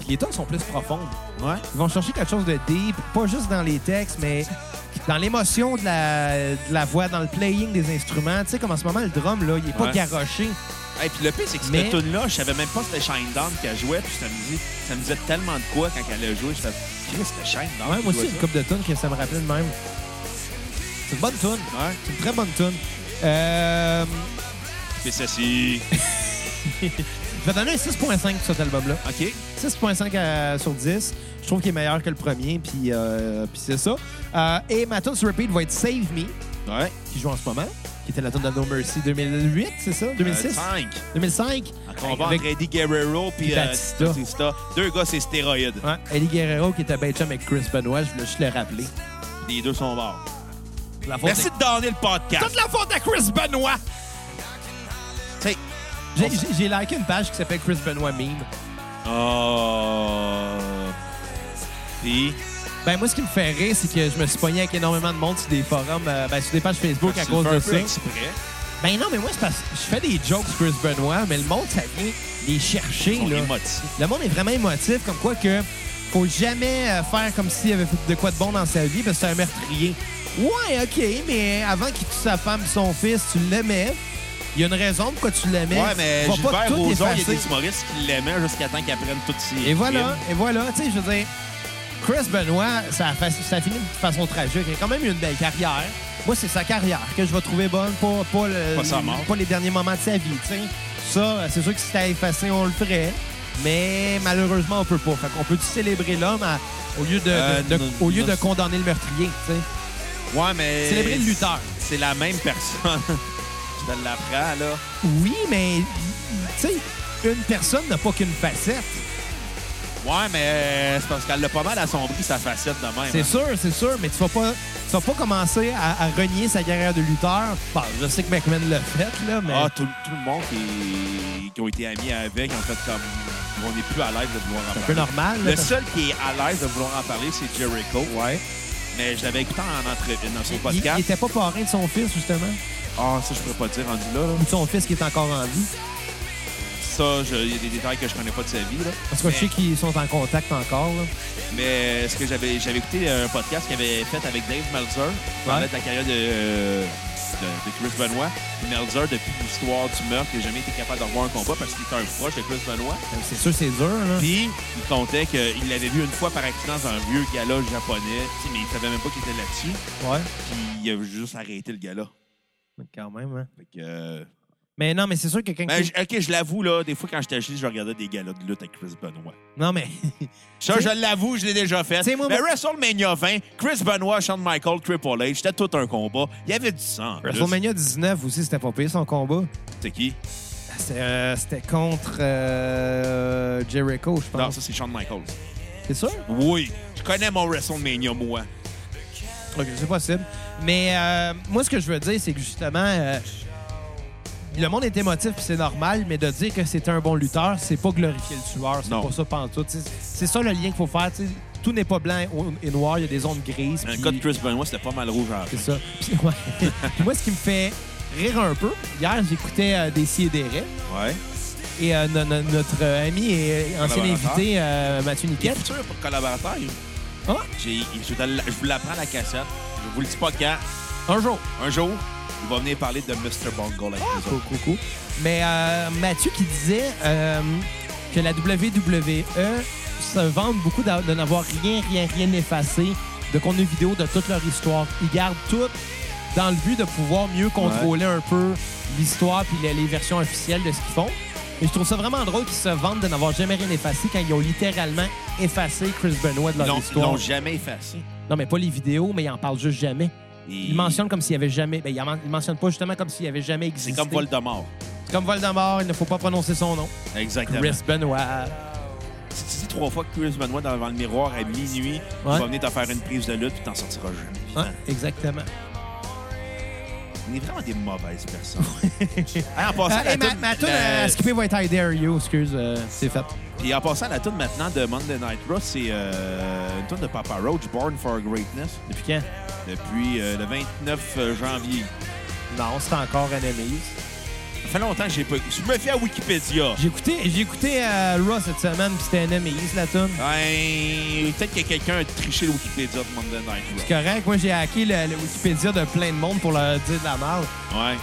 Speaker 1: Puis Les tunes sont plus profondes.
Speaker 2: Ouais.
Speaker 1: Ils vont chercher quelque chose de deep, pas juste dans les textes, mais dans l'émotion de la, de la voix, dans le playing des instruments. Tu sais, comme en ce moment, le drum, là, il est pas
Speaker 2: Ouais.
Speaker 1: garoché.
Speaker 2: Et puis le pire, c'est que
Speaker 1: Mais-
Speaker 2: cette tune-là, je savais même pas que c'était Shinedown qu'elle jouait. Puis ça me, dit, ça me disait tellement de quoi quand elle a joué. Je fais, Chris, c'était Shinedown.
Speaker 1: Ouais,
Speaker 2: qui
Speaker 1: moi
Speaker 2: jouait
Speaker 1: aussi, une
Speaker 2: ça.
Speaker 1: coupe de tunes que ça me rappelait de même. C'est une bonne tune.
Speaker 2: Ouais.
Speaker 1: C'est une très bonne tune. Euh,
Speaker 2: C'est ceci.
Speaker 1: je vais donner un 6.5 pour cet album-là.
Speaker 2: OK.
Speaker 1: 6.5 à- euh, sur 10. Je trouve qu'il est meilleur que le premier, puis, euh, puis c'est ça. Euh, et ma tune sur repeat va être Save Me,
Speaker 2: Ouais.
Speaker 1: qui joue en ce moment, qui était la tune de No Mercy 2008, c'est ça? 2006?
Speaker 2: 5.
Speaker 1: 2005?
Speaker 2: En Euh, combat
Speaker 1: Avec-
Speaker 2: entre Eddie Guerrero puis
Speaker 1: Puis
Speaker 2: euh,
Speaker 1: Batista.
Speaker 2: Batista. Deux gars, c'est stéroïdes.
Speaker 1: Ouais, Eddie Guerrero qui était bien chum avec Chris Benoit, je voulais juste le rappeler.
Speaker 2: Les deux sont morts.
Speaker 1: La faute
Speaker 2: Merci de donner le
Speaker 1: est- Toute
Speaker 2: podcast.
Speaker 1: la faute à Chris Benoit!
Speaker 2: Tu sais,
Speaker 1: J'ai- J'ai j'ai liké une page qui s'appelle Chris Benoit Meme.
Speaker 2: Oh. Puis,
Speaker 1: Ben, moi, ce qui me fait rire, c'est que je me suis pogné avec énormément de monde sur des forums, euh, ben, sur des pages Facebook à
Speaker 2: tu
Speaker 1: cause
Speaker 2: le fais
Speaker 1: de
Speaker 2: un
Speaker 1: ça.
Speaker 2: peu exprès.
Speaker 1: Ben non, mais moi, c'est parce que je fais des jokes, Chris Benoit, mais le monde, ça vient les chercher,
Speaker 2: On
Speaker 1: là.
Speaker 2: est motifs.
Speaker 1: Le monde est vraiment émotif, comme quoi que faut jamais euh, faire comme s'il avait fait de quoi de bon dans sa vie, parce que c'est un meurtrier. Ouais, OK, mais avant qu'il tue sa femme et son fils, tu l'aimais. Il y a une raison pourquoi tu l'aimais.
Speaker 2: Ouais, mais
Speaker 1: Va pas
Speaker 2: Gilbert
Speaker 1: tout
Speaker 2: Rozon, il y a
Speaker 1: effacer.
Speaker 2: des humoristes qui l'aimaient jusqu'à temps qu'ils apprennent toutes ces.
Speaker 1: Et voilà, et voilà. Tu sais, je veux dire, Chris Benoit, ça a, fa- ça a fini de façon tragique. Il a quand même eu une belle carrière. Moi, c'est sa carrière que je vais trouver bonne, pas, pas, le-
Speaker 2: Pas sa mort.
Speaker 1: pas les derniers moments de sa vie. tu sais. Ça, c'est sûr que si c'était effacé, on le ferait. Mais malheureusement, on peut pas. Fait qu'on peut célébrer l'homme à- au lieu de, de-
Speaker 2: Euh,
Speaker 1: de-
Speaker 2: non,
Speaker 1: au lieu
Speaker 2: non,
Speaker 1: de
Speaker 2: c'est-
Speaker 1: condamner le meurtrier. tu sais.
Speaker 2: Ouais, mais.
Speaker 1: Célébrer le lutteur.
Speaker 2: C'est la même personne. Je te l'apprends, là.
Speaker 1: Oui, mais tu sais, une personne n'a pas qu'une facette.
Speaker 2: Ouais, mais c'est parce qu'elle l'a pas mal assombri, sa facette de même.
Speaker 1: C'est
Speaker 2: hein.
Speaker 1: sûr, c'est sûr, mais tu vas pas, tu vas pas commencer à, à renier sa carrière de lutteur. Bon, je sais que McMahon l'a fait, là, mais.
Speaker 2: Ah, tout, tout le monde qui, qui ont été amis avec, en fait, comme. On n'est plus à l'aise de vouloir en
Speaker 1: c'est
Speaker 2: parler.
Speaker 1: un peu normal. là,
Speaker 2: Le
Speaker 1: parce-
Speaker 2: seul qui est à l'aise de vouloir en parler, c'est Jericho. Ouais. Mais je l'avais écouté en entrevue dans son
Speaker 1: il, il
Speaker 2: podcast.
Speaker 1: était pas parrain de son fils, justement.
Speaker 2: Ah, ça, je pourrais pas te dire rendu là. là.
Speaker 1: Ou de son fils qui est encore en vie.
Speaker 2: Ça, je- il y a des détails que je connais pas de sa vie. Là.
Speaker 1: Parce que
Speaker 2: mais,
Speaker 1: je sais qu'ils sont en contact encore. là.
Speaker 2: mais ce que j'avais j'avais écouté euh, un podcast qu'il avait fait avec Dave Meltzer, qui parlait de la carrière de, euh, de, de Chris Benoit. Puis Meltzer, depuis l'histoire du meurtre, il n'a jamais été capable d'avoir un combat parce qu'il était un proche de Chris Benoit.
Speaker 1: Ben, C'est sûr, c'est dur, là.
Speaker 2: Puis, il comptait qu'il l'avait vu une fois par accident dans un vieux gala japonais, tu sais, mais il savait même pas qu'il était là-dessus.
Speaker 1: Ouais.
Speaker 2: Puis, il a juste arrêté le gala.
Speaker 1: Mais quand même, hein.
Speaker 2: Fait que, euh,
Speaker 1: Mais non, mais c'est sûr que quand.
Speaker 2: ben, j- OK, je l'avoue, là, des fois, quand j'étais chez, je regardais des galas de lutte avec Chris Benoit.
Speaker 1: Non, mais.
Speaker 2: Ça, je l'avoue, je l'ai déjà fait.
Speaker 1: T'sais, moi,
Speaker 2: mais
Speaker 1: moi-
Speaker 2: WrestleMania 20, Chris Benoit, Shawn Michaels, Triple H, c'était tout un combat. Il y avait du sang. en plus.
Speaker 1: WrestleMania 19 aussi, c'était pas pire son combat.
Speaker 2: C'est qui?
Speaker 1: C'était euh, c'était contre euh, Jericho, je
Speaker 2: Non,
Speaker 1: pense.
Speaker 2: ça, c'est Shawn Michaels.
Speaker 1: C'est sûr?
Speaker 2: Oui. Je connais mon WrestleMania, moi.
Speaker 1: OK, c'est possible. Mais euh, moi, ce que je veux dire, c'est que justement, euh, le monde est émotif, puis c'est normal, mais de dire que c'est un bon lutteur, c'est pas glorifier le tueur. C'est
Speaker 2: Non.
Speaker 1: pas ça, pantoute. C'est- C'est ça le lien qu'il faut faire. tu sais. Tout n'est pas blanc et noir. Il y a des zones grises.
Speaker 2: Un
Speaker 1: puis-
Speaker 2: cas de Chris Benoit, c'était pas mal rouge à la fin.
Speaker 1: c'est ça. Puis, ouais. Puis moi, ce qui me fait rire un peu, hier, j'écoutais euh, des si et des raies,
Speaker 2: Ouais.
Speaker 1: et euh, no- no- notre euh, ami et ancien
Speaker 2: Collaborateur.
Speaker 1: invité, euh, Mathieu
Speaker 2: Quel
Speaker 1: Niquette.
Speaker 2: futur pour collaborateur?
Speaker 1: Ah,
Speaker 2: J'ai- Je, vous la- je vous l'apprends à la cassette. Je vous le dis pas quand.
Speaker 1: un jour.
Speaker 2: Un jour, il va venir parler de Mr. Bungle avec nous
Speaker 1: Cou-
Speaker 2: autres.
Speaker 1: cou- cou. Mais euh, Mathieu qui disait euh, que la WWE se vante beaucoup d'a- de n'avoir rien, rien, rien effacé de contenu vidéo de toute leur histoire. Ils gardent tout dans le but de pouvoir mieux contrôler un peu l'histoire puis les, les versions officielles de ce qu'ils font. Et je trouve ça vraiment drôle qu'ils se vantent de n'avoir jamais rien effacé quand ils ont littéralement effacé Chris Benoit de
Speaker 2: Ils
Speaker 1: leur
Speaker 2: l'ont- ils
Speaker 1: histoire.
Speaker 2: l'ont jamais effacé.
Speaker 1: Non, mais pas les vidéos, mais ils en parlent juste jamais. Ils mentionnent comme s'il y avait jamais... Ben, ils en- ils mentionnent pas justement comme s'il y avait jamais
Speaker 2: C'est
Speaker 1: existé.
Speaker 2: comme Voldemort.
Speaker 1: Comme Voldemort, il ne faut pas prononcer son nom.
Speaker 2: Exactement.
Speaker 1: Chris Benoit.
Speaker 2: Si tu dis trois fois que Chris Benoit devant le miroir à minuit, il
Speaker 1: Ouais.
Speaker 2: va venir te faire une prise de lutte puis t'en sortiras jamais. Hein?
Speaker 1: Hein? Exactement.
Speaker 2: On est vraiment des mauvaises personnes. Hey, en passant,
Speaker 1: Euh,
Speaker 2: la
Speaker 1: hey, ma,
Speaker 2: toune-
Speaker 1: ma toune
Speaker 2: la-
Speaker 1: à skipper va être I Dare You, excuse, euh, c'est fait.
Speaker 2: Puis en passant, la tune maintenant de Monday Night Raw, c'est euh, une tune de Papa Roach, Born for Greatness,
Speaker 1: Depuis quand?
Speaker 2: depuis euh, le 29 janvier.
Speaker 1: Non, c'est encore Enemies.
Speaker 2: Ça fait longtemps que j'ai pas. Je me fie à Wikipédia.
Speaker 1: J'ai écouté, j'ai écouté euh, Raw cette semaine, puis c'était Enemies, la tune.
Speaker 2: Ben, peut-être que quelqu'un a triché le Wikipédia de Monday Night
Speaker 1: C'est correct, moi j'ai hacké le, le Wikipédia de plein de monde pour leur dire de la merde.
Speaker 2: Raw. Ouais.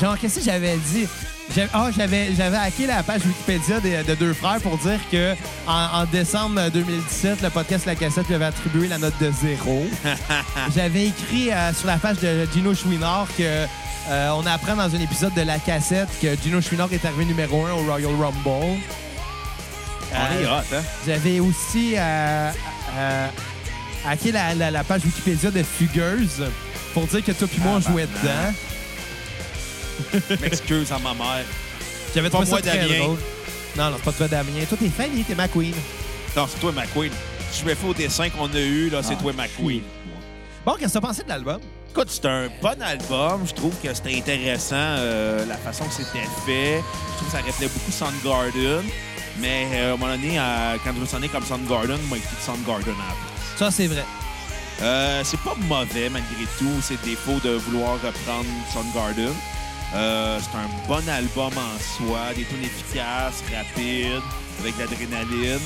Speaker 1: Genre, qu'est-ce que j'avais dit? J'avais- Ah, j'avais, j'avais hacké la page Wikipédia des- de, deux frères pour dire que en, en décembre 2017, le podcast La Cassette lui avait attribué la note de zéro. j'avais écrit euh, sur la page de Gino Chouinard que euh, on apprend dans un épisode de La Cassette que Gino Chouinard est arrivé numéro un au Royal Rumble.
Speaker 2: On est
Speaker 1: Euh,
Speaker 2: hot, hein?
Speaker 1: j'avais aussi euh, euh, hacké la, la- la page Wikipédia de Fugueuse pour dire que toi puis moi, on jouait
Speaker 2: Tabarnak.
Speaker 1: dedans.
Speaker 2: M'excuse à ma mère.
Speaker 1: J'avais
Speaker 2: Pas
Speaker 1: trouvé
Speaker 2: moi,
Speaker 1: ça très
Speaker 2: Damien.
Speaker 1: drôle. Non, non, c'est pas toi, Damien. Toi, t'es Fanny, t'es ma queen.
Speaker 2: Non, c'est toi, McQueen. Si je me fais au dessin qu'on a eu, là, c'est toi, McQueen.
Speaker 1: Bon, qu'est-ce que t'as pensé de l'album?
Speaker 2: Écoute, c'est un bon album. Je trouve que c'était intéressant euh, la façon que c'était fait. Je trouve que ça reflète beaucoup Soundgarden. Mais euh, à un moment donné, euh, quand je me sonnais comme Soundgarden, moi, écouté Soundgarden à la place.
Speaker 1: Ça, c'est vrai.
Speaker 2: Euh, c'est pas mauvais malgré tout, c'est défaut de vouloir reprendre Soundgarden. Euh, c'est un bon album en soi, des tunes efficaces, rapides, avec de l'adrénaline.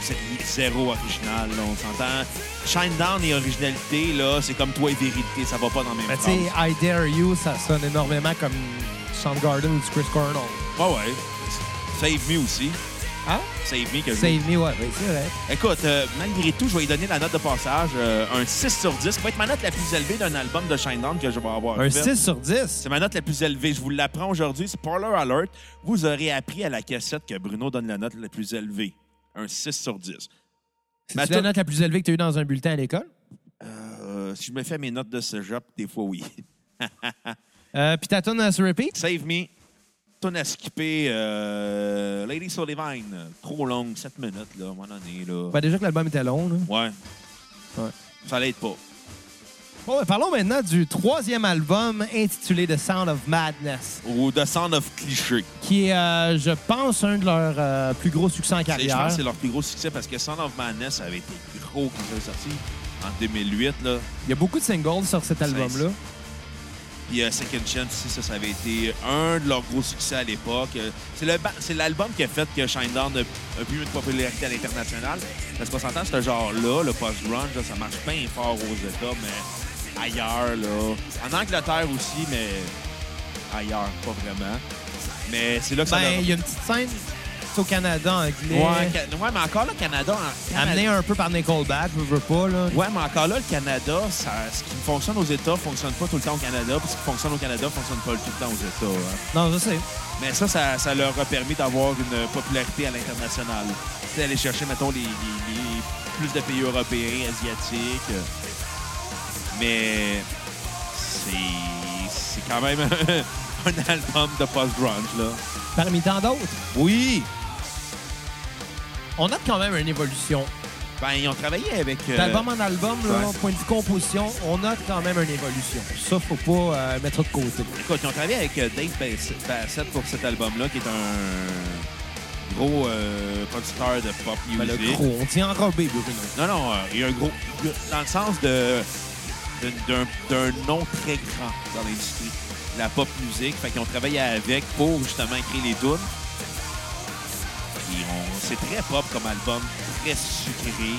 Speaker 2: C'est zéro original, là, on s'entend. Shinedown et originalité, là, c'est comme toi et vérité, ça va pas dans le même
Speaker 1: Mais Ben, tu
Speaker 2: sens.
Speaker 1: sais, I Dare You, ça sonne énormément comme Soundgarden ou du Chris Cornell.
Speaker 2: Ouais, ouais. Save Me aussi.
Speaker 1: Hein?
Speaker 2: Save Me que je-
Speaker 1: Save Me, ouais, oui, c'est vrai.
Speaker 2: Écoute, euh, malgré tout, je vais lui donner la note de passage, euh, un 6 sur 10, qui va être ma note la plus élevée d'un album de Shinedown que je vais avoir
Speaker 1: Un
Speaker 2: fait.
Speaker 1: 6 sur 10.
Speaker 2: C'est ma note la plus élevée. Je vous l'apprends aujourd'hui. Spoiler alert, vous aurez appris à la cassette que Bruno donne la note la plus élevée. Un 6 sur 10. Ma
Speaker 1: C'est la
Speaker 2: tou-
Speaker 1: note la plus élevée que tu as eue dans un bulletin à l'école.
Speaker 2: Euh, si je me fais mes notes de cégep, des fois, oui.
Speaker 1: Euh, Puis ta tune euh, sur repeat?
Speaker 2: Save me. Tonne à skipper. euh, Lady Sullivan. Trop longue, 7 minutes, là, à un moment donné. Là.
Speaker 1: Ben, déjà que l'album était long. Là.
Speaker 2: Ouais.
Speaker 1: Ouais.
Speaker 2: Ça l'aide pas.
Speaker 1: Bon, ben, parlons maintenant du troisième album intitulé The Sound of Madness,
Speaker 2: Ou The Sound of Cliché.
Speaker 1: qui est, euh, je pense, un de leurs euh, plus gros succès en
Speaker 2: Je pense
Speaker 1: carrière.
Speaker 2: que c'est leur plus gros succès parce que Sound of Madness avait été gros quand ça avait sorti en 2008. Là.
Speaker 1: Il y a beaucoup de singles sur cet album-là.
Speaker 2: Puis euh, Second Chance aussi, ça, ça avait été un de leurs gros succès à l'époque. Euh, C'est le ba- c'est l'album qui a fait que Shinedown a, a pu une popularité à l'international. Parce qu'on s'entend, ce genre-là, le post-grunge, là, ça marche bien fort aux États, mais ailleurs, là. En Angleterre aussi, mais ailleurs, pas vraiment. Mais c'est là que ça
Speaker 1: Ben,
Speaker 2: leur-
Speaker 1: il y a une petite scène c'est au Canada anglais,
Speaker 2: Ouais, Ca- ouais, mais encore là, Canada... en-
Speaker 1: amenée un peu par Nickelback, je veux pas. Là.
Speaker 2: Ouais, mais encore là, le Canada, ça, ce qui fonctionne aux États fonctionne pas tout le temps au Canada, puis ce qui fonctionne au Canada fonctionne pas tout le temps aux États. hein.
Speaker 1: Non, je sais.
Speaker 2: Mais ça, ça, ça leur a permis d'avoir une popularité à l'international. Tu sais, aller chercher, mettons, les, les- les- plus de pays européens, asiatiques. euh. Mais c'est c'est quand même un album de post-grunge, là.
Speaker 1: Parmi tant d'autres,
Speaker 2: Oui!
Speaker 1: on note quand même une évolution.
Speaker 2: Ben, ils ont travaillé avec... euh,
Speaker 1: D'album en album, là,
Speaker 2: ouais.
Speaker 1: point de vue composition, on note quand même une évolution. Ça, faut pas euh, mettre ça de côté.
Speaker 2: Écoute, ils ont travaillé avec euh, Dave Bass- Bassett pour cet album-là, qui est un gros euh, producteur de pop
Speaker 1: Ben,
Speaker 2: music.
Speaker 1: le gros, on tient enrobé, Bruno.
Speaker 2: Non, non, euh, il y a un gros. Dans le sens de de- d'un d'un nom très grand dans l'industrie de la pop musique. Fait qu'ils ont travaillé avec pour justement créer les tunes. Puis on- C'est très pop comme album, très sucré.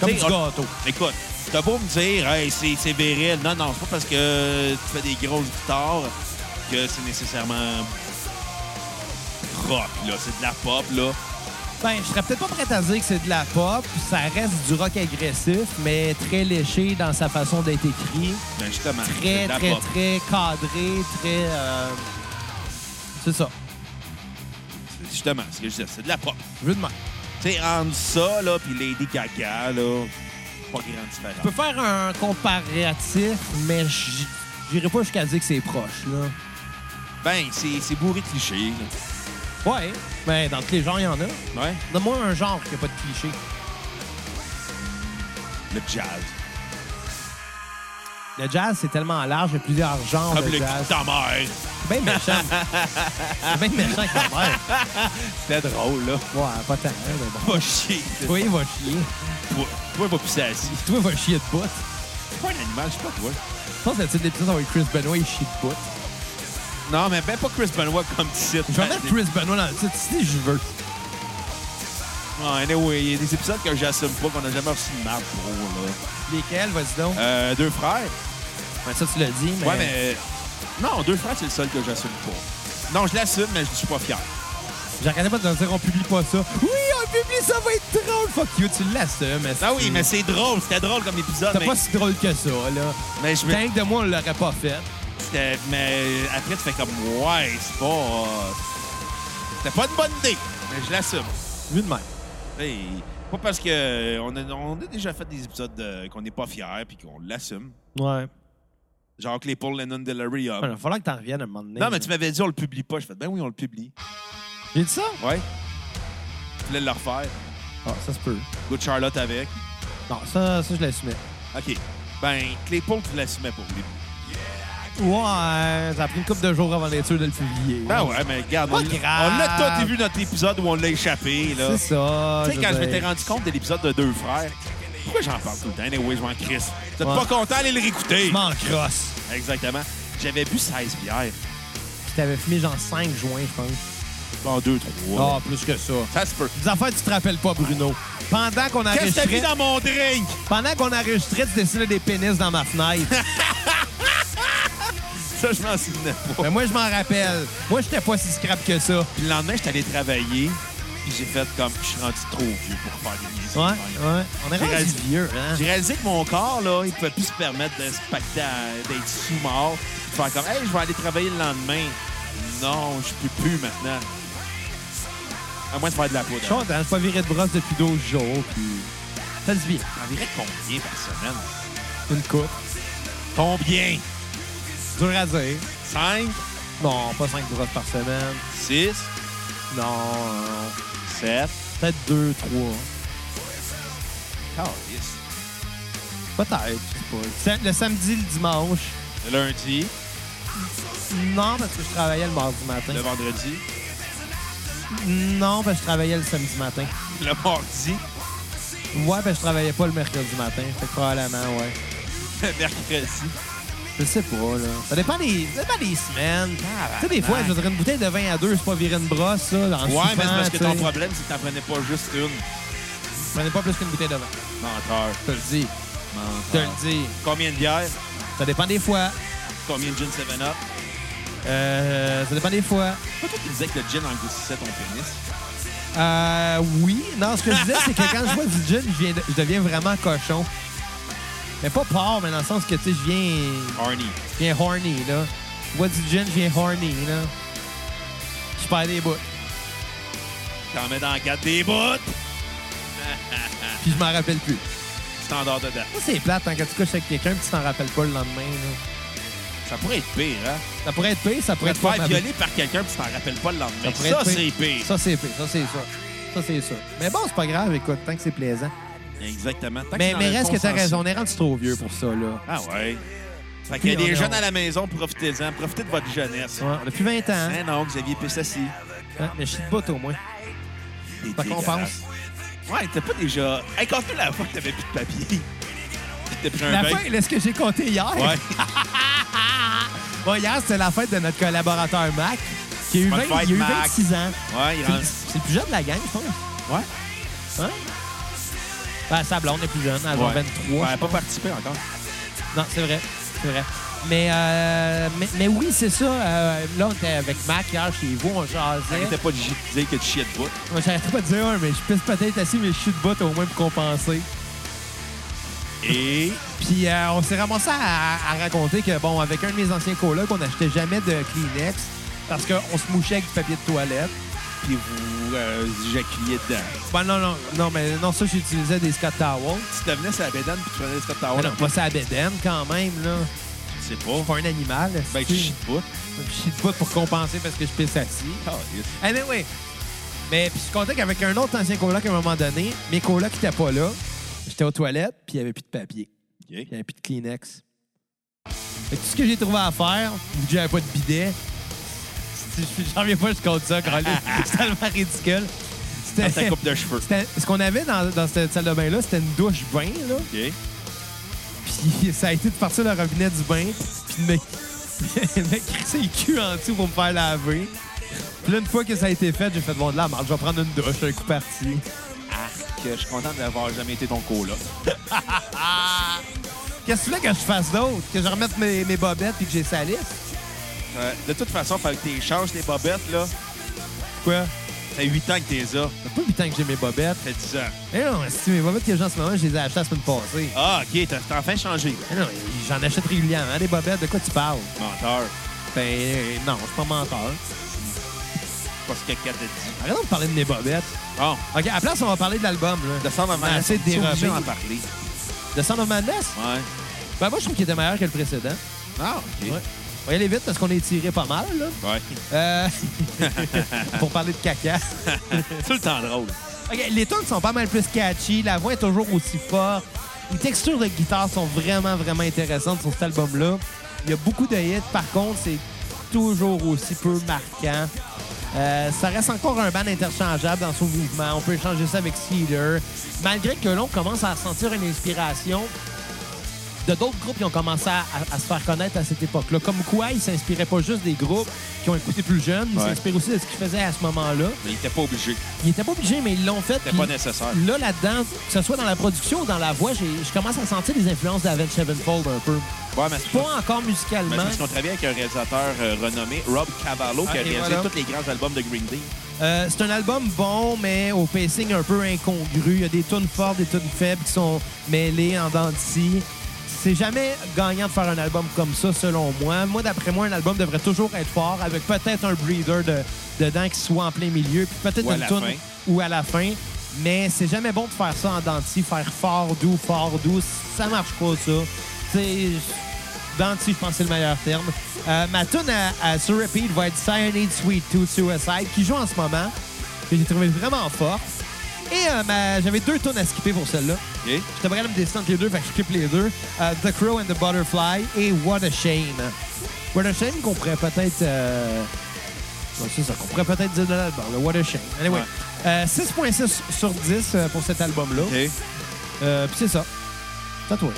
Speaker 1: Comme
Speaker 2: T'sais,
Speaker 1: du
Speaker 2: on-
Speaker 1: gâteau.
Speaker 2: Écoute, t'as beau me dire, hey, c'est c'est viril. Non, non, c'est pas parce que tu fais des grosses guitares que c'est nécessairement rock, là. C'est de la pop, là.
Speaker 1: Ben, je serais peut-être pas prêt à dire que c'est de la pop. Ça reste du rock agressif, mais très léché dans sa façon d'être écrit.
Speaker 2: Ben, justement, c'est
Speaker 1: Très,
Speaker 2: de la
Speaker 1: très,
Speaker 2: pop.
Speaker 1: très cadré, très... euh, C'est ça.
Speaker 2: C'est Justement, c'est ce que je disais, c'est de la pop.
Speaker 1: Je veux demain.
Speaker 2: Tu sais, entre ça, là, puis Lady Gaga, là, pas grande différence.
Speaker 1: Je peux faire un comparatif, mais j- j'irai pas jusqu'à dire que c'est proche, là.
Speaker 2: Ben, c'est c'est bourré de clichés, là.
Speaker 1: Ouais, ben dans tous les genres, il y en a.
Speaker 2: Ouais.
Speaker 1: Donne-moi un genre qui a pas de cliché.
Speaker 2: Le jazz.
Speaker 1: Le jazz, c'est tellement large, il y a plusieurs genres
Speaker 2: Comme
Speaker 1: de
Speaker 2: le cul de
Speaker 1: Ah, jazz.
Speaker 2: ta mère.
Speaker 1: C'est bien méchant. c'est bien méchant avec ma mère.
Speaker 2: C'était drôle, là.
Speaker 1: Ouais, pas tant, hein, mais bon.
Speaker 2: Pas chier.
Speaker 1: Toi, il va chier.
Speaker 2: Toi, toi, va pisser assis.
Speaker 1: Toi, il va chier de bout.
Speaker 2: C'est pas un animal, je sais pas toi.
Speaker 1: Je pense que le titre de l'épisode, ça va être Chris Benoit, il chie de bout.
Speaker 2: Non, mais ben pas Chris Benoit comme Ben, titre.
Speaker 1: Je vais mettre Chris Benoit dans le titre si je veux.
Speaker 2: Ah, anyway, il y a des épisodes que j'assume pas, qu'on a jamais reçu de marque pour, là.
Speaker 1: Lesquels, vas-y donc.
Speaker 2: Euh, deux frères?
Speaker 1: Ben, ça, tu l'as dit, mais...
Speaker 2: Ouais, mais... euh, Non, deux frères, c'est le seul que j'assume pas. Non, je l'assume, mais je suis pas fier.
Speaker 1: J'arrêtais pas de leur dire, on publie pas ça. Oui, on publie ça, va être drôle. Fuck you, tu l'assumes.
Speaker 2: Ah oui, mais c'est drôle. C'était drôle comme épisode,
Speaker 1: C'était
Speaker 2: mais...
Speaker 1: pas si drôle que ça, là.
Speaker 2: mais je me-
Speaker 1: Tank de moi, on l'aurait pas fait.
Speaker 2: C'était- Mais après, tu fais comme, ouais, c'est pas. euh, C'était pas une bonne idée, mais je l'assume.
Speaker 1: Vu de même.
Speaker 2: Hey, Pas parce que euh, on a, on a déjà fait des épisodes euh, qu'on n'est pas fiers puis qu'on l'assume.
Speaker 1: Ouais. Ah,
Speaker 2: Genre que les Paul Lennon de Larry
Speaker 1: Il va falloir que t'en reviennes un moment donné.
Speaker 2: Non, mais tu m'avais dit on le publie pas. Je fais, ben oui, on le publie.
Speaker 1: J'ai dit ça?
Speaker 2: Ouais. Tu voulais le refaire.
Speaker 1: Ah, ça se peut.
Speaker 2: Good Charlotte avec.
Speaker 1: Non, ça, ça je l'assumais.
Speaker 2: OK. Ben, Claypool, tu l'assumais pour lui.
Speaker 1: Ouais, ça a pris une couple de jours avant d'être sûr de le publier.
Speaker 2: Ah ouais, mais regarde,
Speaker 1: Pas
Speaker 2: on, on
Speaker 1: grave.
Speaker 2: a tous vu notre épisode où on l'a échappé. là.
Speaker 1: C'est ça.
Speaker 2: Tu sais, quand
Speaker 1: Ah, veux
Speaker 2: je m'étais
Speaker 1: dire.
Speaker 2: rendu compte de l'épisode de Deux Frères, pourquoi j'en parle tout le temps? Anyway, je m'en crisse. Vous êtes
Speaker 1: Ouais.
Speaker 2: pas content, allez le réécouter.
Speaker 1: Je m'en crosse.
Speaker 2: Exactement. J'avais bu 16 bières.
Speaker 1: Puis t'avais fumé genre 5 joints, je pense.
Speaker 2: En deux,
Speaker 1: Ah,
Speaker 2: trois.
Speaker 1: plus que ça.
Speaker 2: Ça se peut.
Speaker 1: Les affaires, tu te rappelles pas, Bruno. Pendant qu'on
Speaker 2: Qu'est-ce que t'as
Speaker 1: enregistrait,
Speaker 2: mis dans mon drink?
Speaker 1: pendant qu'on enregistrait, tu dessinais des pénis dans ma fenêtre.
Speaker 2: Ça, je m'en souvenais pas.
Speaker 1: Mais moi, je m'en rappelle. Moi, j'étais pas si scrap que ça.
Speaker 2: Puis le lendemain, j'étais allé travailler, puis j'ai fait comme je suis rendu trop vieux pour faire des niaiseries.
Speaker 1: Ouais, ouais. On est
Speaker 2: J'ai
Speaker 1: rendu
Speaker 2: réalisé-
Speaker 1: vieux, hein?
Speaker 2: J'ai réalisé que mon corps, là, il pouvait plus se permettre de se pacter à- d'être sous-mort, puis de faire comme, hey, je vais aller travailler le lendemain. Non, je peux plus maintenant. À moins de faire de la poudre.
Speaker 1: Je suis content. Je suis pas viré de brosse depuis 12 jours, puis... Ça se vit.
Speaker 2: T'en virais combien par semaine?
Speaker 1: Une coupe.
Speaker 2: Combien?
Speaker 1: Dur à dire.
Speaker 2: 5,
Speaker 1: Non, pas 5 brosses par semaine.
Speaker 2: 6,
Speaker 1: Non, non.
Speaker 2: 7.
Speaker 1: Peut-être 2, 3. Peut-être, je sais pas. Le samedi, le dimanche.
Speaker 2: Le lundi,
Speaker 1: Non, parce que je travaillais le mardi matin.
Speaker 2: le vendredi,
Speaker 1: Non, parce que je travaillais le samedi matin.
Speaker 2: le mardi,
Speaker 1: Ouais, parce que je travaillais pas le mercredi matin. Fait que probablement, ouais.
Speaker 2: le mercredi.
Speaker 1: Je sais pas, là. Ça dépend des, ça dépend des semaines. Tu
Speaker 2: Tabarnak.
Speaker 1: sais, des fois, je veux dire, une bouteille de vin à deux, c'est pas virer une brosse, ça, dans
Speaker 2: Ouais, mais c'est parce que ton problème, c'est que t'en prenais pas juste une.
Speaker 1: Prenez pas plus qu'une bouteille de vin. Ah.
Speaker 2: Menteur.
Speaker 1: Je te le dis. Je te
Speaker 2: Menteur.
Speaker 1: le dis.
Speaker 2: Combien de bières?
Speaker 1: Ça dépend des fois.
Speaker 2: Combien de gin 7-up?
Speaker 1: Euh, ça dépend des fois.
Speaker 2: Pas toi qui disais que le gin engloutissait ton pénis.
Speaker 1: Euh, oui. Non, ce que je disais, c'est que quand je bois du gin, je, viens de- je deviens vraiment cochon. Mais pas peur, mais dans le sens que, tu sais, je viens,
Speaker 2: Arnie.
Speaker 1: je viens horny, là. Je bois du gin, je viens horny, là. Je perds des bouts.
Speaker 2: T'en mets dans la gâte des bouts.
Speaker 1: Puis je m'en rappelle plus.
Speaker 2: Tu t'endors dedans.
Speaker 1: Ça, c'est plate, hein, quand tu couches avec quelqu'un, puis tu t'en rappelles pas le lendemain, là.
Speaker 2: Ça pourrait être pire, hein?
Speaker 1: Ça pourrait être pire, ça
Speaker 2: Tu
Speaker 1: pourrait
Speaker 2: pourrais te
Speaker 1: être pas
Speaker 2: faire
Speaker 1: ma-
Speaker 2: violer par quelqu'un puis tu t'en rappelles pas le lendemain.
Speaker 1: pourrait
Speaker 2: Ben, Ça,
Speaker 1: être
Speaker 2: c'est pire.
Speaker 1: Ça, c'est pire, ça, c'est ça. Ça, c'est ça. Mais bon, c'est pas grave, écoute, tant que c'est plaisant.
Speaker 2: Exactement. Tant que c'est
Speaker 1: Mais,
Speaker 2: dans
Speaker 1: mais
Speaker 2: le
Speaker 1: reste que t'as
Speaker 2: consensus.
Speaker 1: raison, on est rendu trop vieux pour ça, là.
Speaker 2: Ah ouais. Fait qu'il y a
Speaker 1: Puis on
Speaker 2: des
Speaker 1: est-
Speaker 2: jeunes à la maison, profitez-en. Profitez de votre jeunesse.
Speaker 1: Ouais, on a plus 20 ans, hein.
Speaker 2: Hein, non, Xavier Pessassi.
Speaker 1: Hein, mais je suis de bout, au moins.
Speaker 2: T'es
Speaker 1: Fait qu'on
Speaker 2: dégueulasse.
Speaker 1: pense.
Speaker 2: Ouais, t'as pas déjà... Hey, compte-nous la fois que t'avais plus de papier. Puis t'as pris un
Speaker 1: La
Speaker 2: bain.
Speaker 1: fin, là, ce que j'ai compté hier.
Speaker 2: Ouais.
Speaker 1: Bon, hier, c'était la fête de notre collaborateur Mac, qui a eu,
Speaker 2: Bonne
Speaker 1: 20
Speaker 2: fête,
Speaker 1: il a eu
Speaker 2: Mac.
Speaker 1: 26 ans.
Speaker 2: Ouais, il
Speaker 1: C'est le-
Speaker 2: rend-
Speaker 1: C'est le plus jeune de la gang, je pense.
Speaker 2: Ouais.
Speaker 1: Hein? Ben, sa blonde est plus jeune, elle a genre
Speaker 2: Ouais.
Speaker 1: 23.
Speaker 2: Ouais, pas participé encore.
Speaker 1: Non, c'est vrai. C'est vrai. Mais, euh, mais, mais oui, c'est ça. euh, là, on était avec Mac hier chez vous, on jasait.
Speaker 2: T'arrêtais pas de gi- dire que tu chiais de bout.
Speaker 1: Moi, j'arrêtais pas de dire, ouais, mais je pisse peut-être assez, mais je suis de bout au moins pour compenser.
Speaker 2: Et...
Speaker 1: Puis euh, on s'est ramassé à, à raconter que, bon, avec un de mes anciens colocs, on n'achetait jamais de Kleenex parce qu'on se mouchait avec du papier de toilette.
Speaker 2: puis vous euh, éjaculiez dedans.
Speaker 1: Ben non, non, non, mais non, ça, j'utilisais des Scott Towels.
Speaker 2: Tu devenais sur la bédane puis tu prenais le stop
Speaker 1: Mais
Speaker 2: tower.
Speaker 1: non, pas ça à bédaine, quand même, là.
Speaker 2: je sais pas.
Speaker 1: Je suis pas un animal.
Speaker 2: Ben, tu
Speaker 1: est-ce
Speaker 2: chies
Speaker 1: que-
Speaker 2: de bout. Ah,
Speaker 1: Je suis de bout pour compenser parce que je pisse assis. Anyway, mais puis je suis content qu'avec un autre ancien coloc, à un moment donné, mes colocs n'étaient pas là. J'étais aux toilettes, puis il n'y avait plus de papier.
Speaker 2: OK.
Speaker 1: Il n'y avait plus de Kleenex. Fait que tout ce que j'ai trouvé à faire, vu que j'avais pas de bidet, c'est- j'en reviens pas, je compte ça, Carlis. C'est tellement ridicule.
Speaker 2: Dans
Speaker 1: C'était-
Speaker 2: ta coupe de cheveux.
Speaker 1: c'était- Ce qu'on avait dans, dans cette salle de bain-là, c'était une douche bain, là.
Speaker 2: OK.
Speaker 1: Puis ça a été de partir le robinet du bain, puis de me, de me crisser le cul en dessous pour me faire laver. Puis là, une fois que ça a été fait, j'ai fait bon de la merde, je vais prendre une douche, un coup parti.
Speaker 2: Arc, je suis content d'avoir jamais été ton coloc.
Speaker 1: Qu'est-ce que tu veux que je fasse d'autre? Que je remette mes, mes bobettes puis que j'ai salisse?
Speaker 2: Euh, de toute façon, fait que t'es changes tes bobettes, là.
Speaker 1: Quoi?
Speaker 2: Ça fait 8 ans que t'es là.
Speaker 1: Ça fait pas 8 ans que j'ai mes bobettes.
Speaker 2: Ça fait 10 ans.
Speaker 1: Eh non, si mes bobettes que j'ai en ce moment, je les ai achetées la semaine passée.
Speaker 2: Ah, OK, t'as t'as enfin changé.
Speaker 1: Eh non, j'en achète régulièrement, des bobettes. De quoi tu parles?
Speaker 2: Menteur.
Speaker 1: Ben euh, non, je suis pas menteur.
Speaker 2: Parce que Kat a dit.
Speaker 1: Arrête de me parler de mes bobettes.
Speaker 2: Bon,
Speaker 1: OK, à la place, on va parler de l'album. là.
Speaker 2: de ça, avant
Speaker 1: Ah, c'est
Speaker 2: t'es
Speaker 1: dérobé.
Speaker 2: obligé d'en parler.
Speaker 1: De Sound of Madness?
Speaker 2: Ouais.
Speaker 1: Ben moi, je trouve qu'il était meilleur que le précédent.
Speaker 2: Ah, OK.
Speaker 1: Ouais. On va y aller vite parce qu'on est tiré pas mal, là.
Speaker 2: Ouais.
Speaker 1: Euh, pour parler de caca.
Speaker 2: C'est tout le temps drôle.
Speaker 1: OK, les tunes sont pas mal plus catchy. La voix est toujours aussi forte. Les textures de guitare sont vraiment, vraiment intéressantes sur cet album-là. Il y a beaucoup de hits. Par contre, c'est toujours aussi peu marquant. Euh, ça reste encore un band interchangeable dans son mouvement. On peut échanger ça avec Sealer. Malgré que l'on commence à sentir une inspiration de d'autres groupes qui ont commencé à, à- à se faire connaître à cette époque-là. Comme quoi, ils s'inspiraient pas juste des groupes qui ont écouté plus jeunes, ils
Speaker 2: Ouais.
Speaker 1: s'inspiraient aussi de ce qu'ils faisaient à ce moment-là.
Speaker 2: Mais il était pas obligé.
Speaker 1: Ils n'étaient pas obligés, mais ils l'ont fait.
Speaker 2: C'était pas
Speaker 1: puis
Speaker 2: nécessaire.
Speaker 1: Là, là-dedans, que ce soit dans la production ou dans la voix, j'ai- je commence à sentir les influences d'Avenged Sevenfold un peu.
Speaker 2: Ouais, mais c'est
Speaker 1: Pas encore
Speaker 2: mais c'est
Speaker 1: musicalement.
Speaker 2: parce qu'on travaillait avec un réalisateur euh, renommé, Rob Cavallo, qui
Speaker 1: Ah,
Speaker 2: a
Speaker 1: et
Speaker 2: réalisé
Speaker 1: voilà.
Speaker 2: tous les grands albums de Green Day.
Speaker 1: Euh, c'est un album bon, mais au pacing un peu incongru. Il y a des tunes fortes, des tunes faibles qui sont mêlées en dents de scie. C'est jamais gagnant de faire un album comme ça, selon moi. Moi, d'après moi, un album devrait toujours être fort, avec peut-être un breather de, dedans qui soit en plein milieu, puis peut-être
Speaker 2: Ou à
Speaker 1: une
Speaker 2: la
Speaker 1: tune
Speaker 2: fin.
Speaker 1: ou à la fin. Mais c'est jamais bon de faire ça en dents de scie, faire fort, doux, fort, doux. Ça marche pas, ça. C'est... Danti, je pense que c'est le meilleur terme. Euh, ma tune à, à sur repeat va être Cyanide Sweet Tooth Suicide, qui joue en ce moment, que j'ai trouvé vraiment fort. Et euh, ma- j'avais deux tunes à skipper pour celle-là.
Speaker 2: OK?
Speaker 1: J'étais pas capable de me décider entre les deux, fait que je skip les deux. Euh, the Crow and the Butterfly et What a Shame. What a Shame qu'on pourrait peut-être... euh, ouais, c'est ça, qu'on pourrait peut-être dire de l'album, là. What a Shame. Anyway,
Speaker 2: Ouais.
Speaker 1: euh, 6.6 sur 10 euh, pour cet album-là.
Speaker 2: OK.
Speaker 1: Euh, Puis c'est ça. C'est à toi.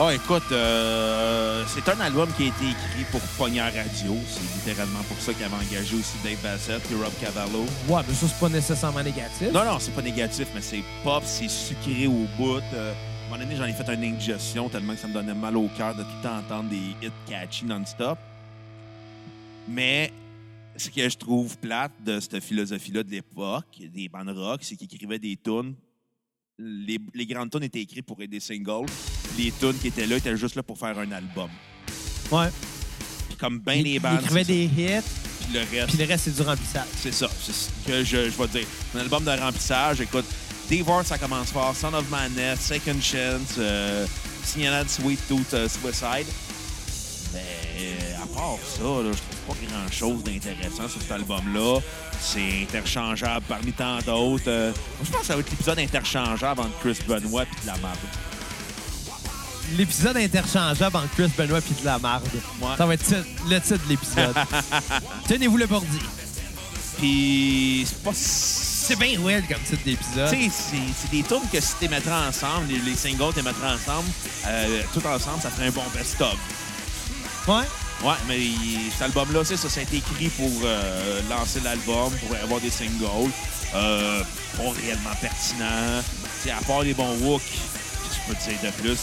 Speaker 2: Ah, écoute, euh, c'est un album qui a été écrit pour Pogner Radio. C'est littéralement pour ça qu'il avait engagé aussi Dave Bassett et Rob Cavallo.
Speaker 1: Ouais, mais ça, c'est pas nécessairement négatif.
Speaker 2: Non, non, c'est pas négatif, mais c'est pop, c'est sucré au bout. Euh, à un moment donné, j'en ai fait une ingestion tellement que ça me donnait mal au cœur de tout le temps entendre des hits catchy non-stop. Mais ce que je trouve plate de cette philosophie-là de l'époque, des bandes rock, c'est qu'ils écrivaient des tunes. Les, les grandes tunes étaient écrites pour être des singles. Les tunes qui étaient là étaient juste là pour faire un album.
Speaker 1: Ouais.
Speaker 2: Puis comme bien
Speaker 1: Il
Speaker 2: les
Speaker 1: il
Speaker 2: bandes,
Speaker 1: écrivait
Speaker 2: c'est
Speaker 1: des hits,
Speaker 2: ça. Puis le reste,
Speaker 1: puis le reste, c'est du remplissage.
Speaker 2: c'est ça, c'est ce que je, je vais te dire. Un album de remplissage, écoute, Divorce, ça commence fort, Son of Manette, Second Chance, euh, Signalade Sweet Tooth euh, Suicide. Mais euh, à part ça, là, je trouve pas grand-chose d'intéressant sur cet album-là. C'est interchangeable parmi tant d'autres. Euh, je pense que ça va être l'épisode interchangeable entre Chris Benoit et de la marde.
Speaker 1: L'épisode interchangeable entre Chris Benoit puis de la marde.
Speaker 2: Ouais.
Speaker 1: Ça va être tit- le titre de l'épisode. Tenez-vous le pour dit.
Speaker 2: Puis c'est pas... C'est
Speaker 1: C'est bien weird comme titre d'épisode.
Speaker 2: Tu sais, c'est- c'est des tunes que si tu les mettrais ensemble, les, les singles, tu les mettrais ensemble, euh, tout ensemble, ça ferait un bon best-of.
Speaker 1: Ouais.
Speaker 2: Ouais, mais il- cet album-là, c'est ça, ça a été écrit pour euh, lancer l'album, pour avoir des singles. Euh, pas réellement pertinent. Tu sais, à part les bons hooks, qu'est-ce que je peux te dire de plus.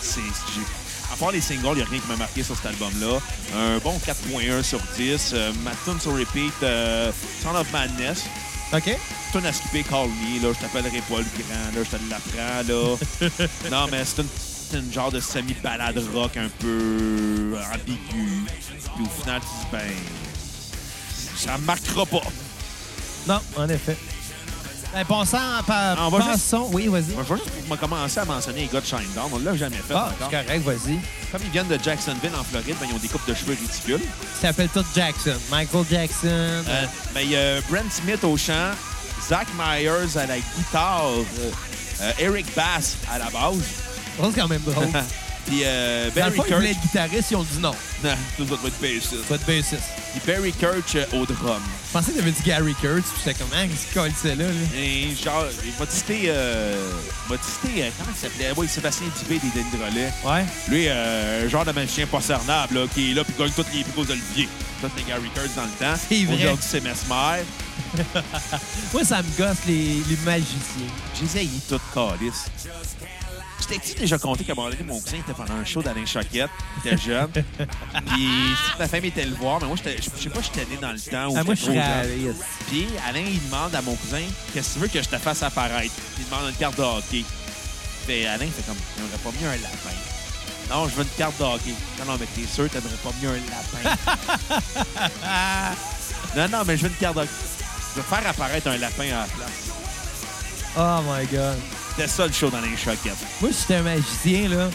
Speaker 2: C'est, j'ai- à part les singles, il n'y a rien qui m'a marqué sur cet album-là. Un bon 4.1 sur 10. Euh, ma tune sur repeat, euh, Sound of Madness.
Speaker 1: OK.
Speaker 2: C'est une à skipper Call Me, là, je t'appellerai pas le grand, là, je te l'apprends, là. non, mais c'est une, c'est une genre de semi-balade rock un peu ambiguë. Puis au final, tu dis, ben, ça marquera pas.
Speaker 1: Non, en effet. Ben, passant par.
Speaker 2: Ah, on va
Speaker 1: passons. Oui, vas-y.
Speaker 2: Moi, je vais juste pour commencer à mentionner les gars de Shinedown, on l'a jamais fait
Speaker 1: Ah, c'est
Speaker 2: encore.
Speaker 1: correct, vas-y.
Speaker 2: Comme ils viennent de Jacksonville, en Floride, ben, ils ont des coupes de cheveux ridicules.
Speaker 1: Ils s'appellent tous Jackson. Michael Jackson.
Speaker 2: Euh, ben, il y a Brent Smith au chant, Zach Myers à la guitare, euh, euh, Eric Bass à la base,
Speaker 1: C'est quand même
Speaker 2: Oh.
Speaker 1: drôle. Dans
Speaker 2: puis euh,
Speaker 1: le
Speaker 2: Barry
Speaker 1: fond, ils voulaient
Speaker 2: Kirk-
Speaker 1: être guitariste, ils ont dit non.
Speaker 2: Non, tout ça doit être bassiste.
Speaker 1: Pas de bassiste.
Speaker 2: Puis Barry Kirch euh, au drum.
Speaker 1: Je pensais qu'ils avaient dit Gary Kurtz, puis j'étais comme, ah, qu'est-ce qu'il colle ça là? là?
Speaker 2: Et genre, il m'a cité, euh, il m'a cité, euh, comment il s'appelait? Oui, Sébastien Dubé des Denis Drolet.
Speaker 1: Ouais.
Speaker 2: Lui, euh, genre de magicien pas cernable, là, qui est là puis gagne toutes les prix aux Olivier. Ça, c'était Gary Kirch dans le temps.
Speaker 1: C'est vrai.
Speaker 2: Aujourd'hui, c'est Mesmer.
Speaker 1: Moi, ça me gosse les, les magiciens.
Speaker 2: Je les ai haïs toutes calices. Je t'ai déjà compté qu'à un moment donné, mon cousin était pendant un show d'Alain Choquette. Il était jeune. puis toute ma famille était le voir, mais moi, j'étais- je sais pas, j'étais né dans le temps. où
Speaker 1: Ah, moi, je
Speaker 2: j'étais
Speaker 1: suis
Speaker 2: trop jeune.
Speaker 1: réaliste.
Speaker 2: Puis Alain, il demande à mon cousin Qu'est-ce que tu veux que je te fasse apparaître Il demande une carte de hockey. Puis Alain, fait comme T'aimerais pas mieux un lapin. Non, je veux une carte de hockey. Non, non, mais t'es sûr, t'aimerais pas mieux un lapin. non, non, mais je veux une carte de hockey. Je veux faire apparaître un lapin à la place.
Speaker 1: Oh my God.
Speaker 2: C'était ça le show dans les choquettes.
Speaker 1: Moi, si j'étais un magicien, là,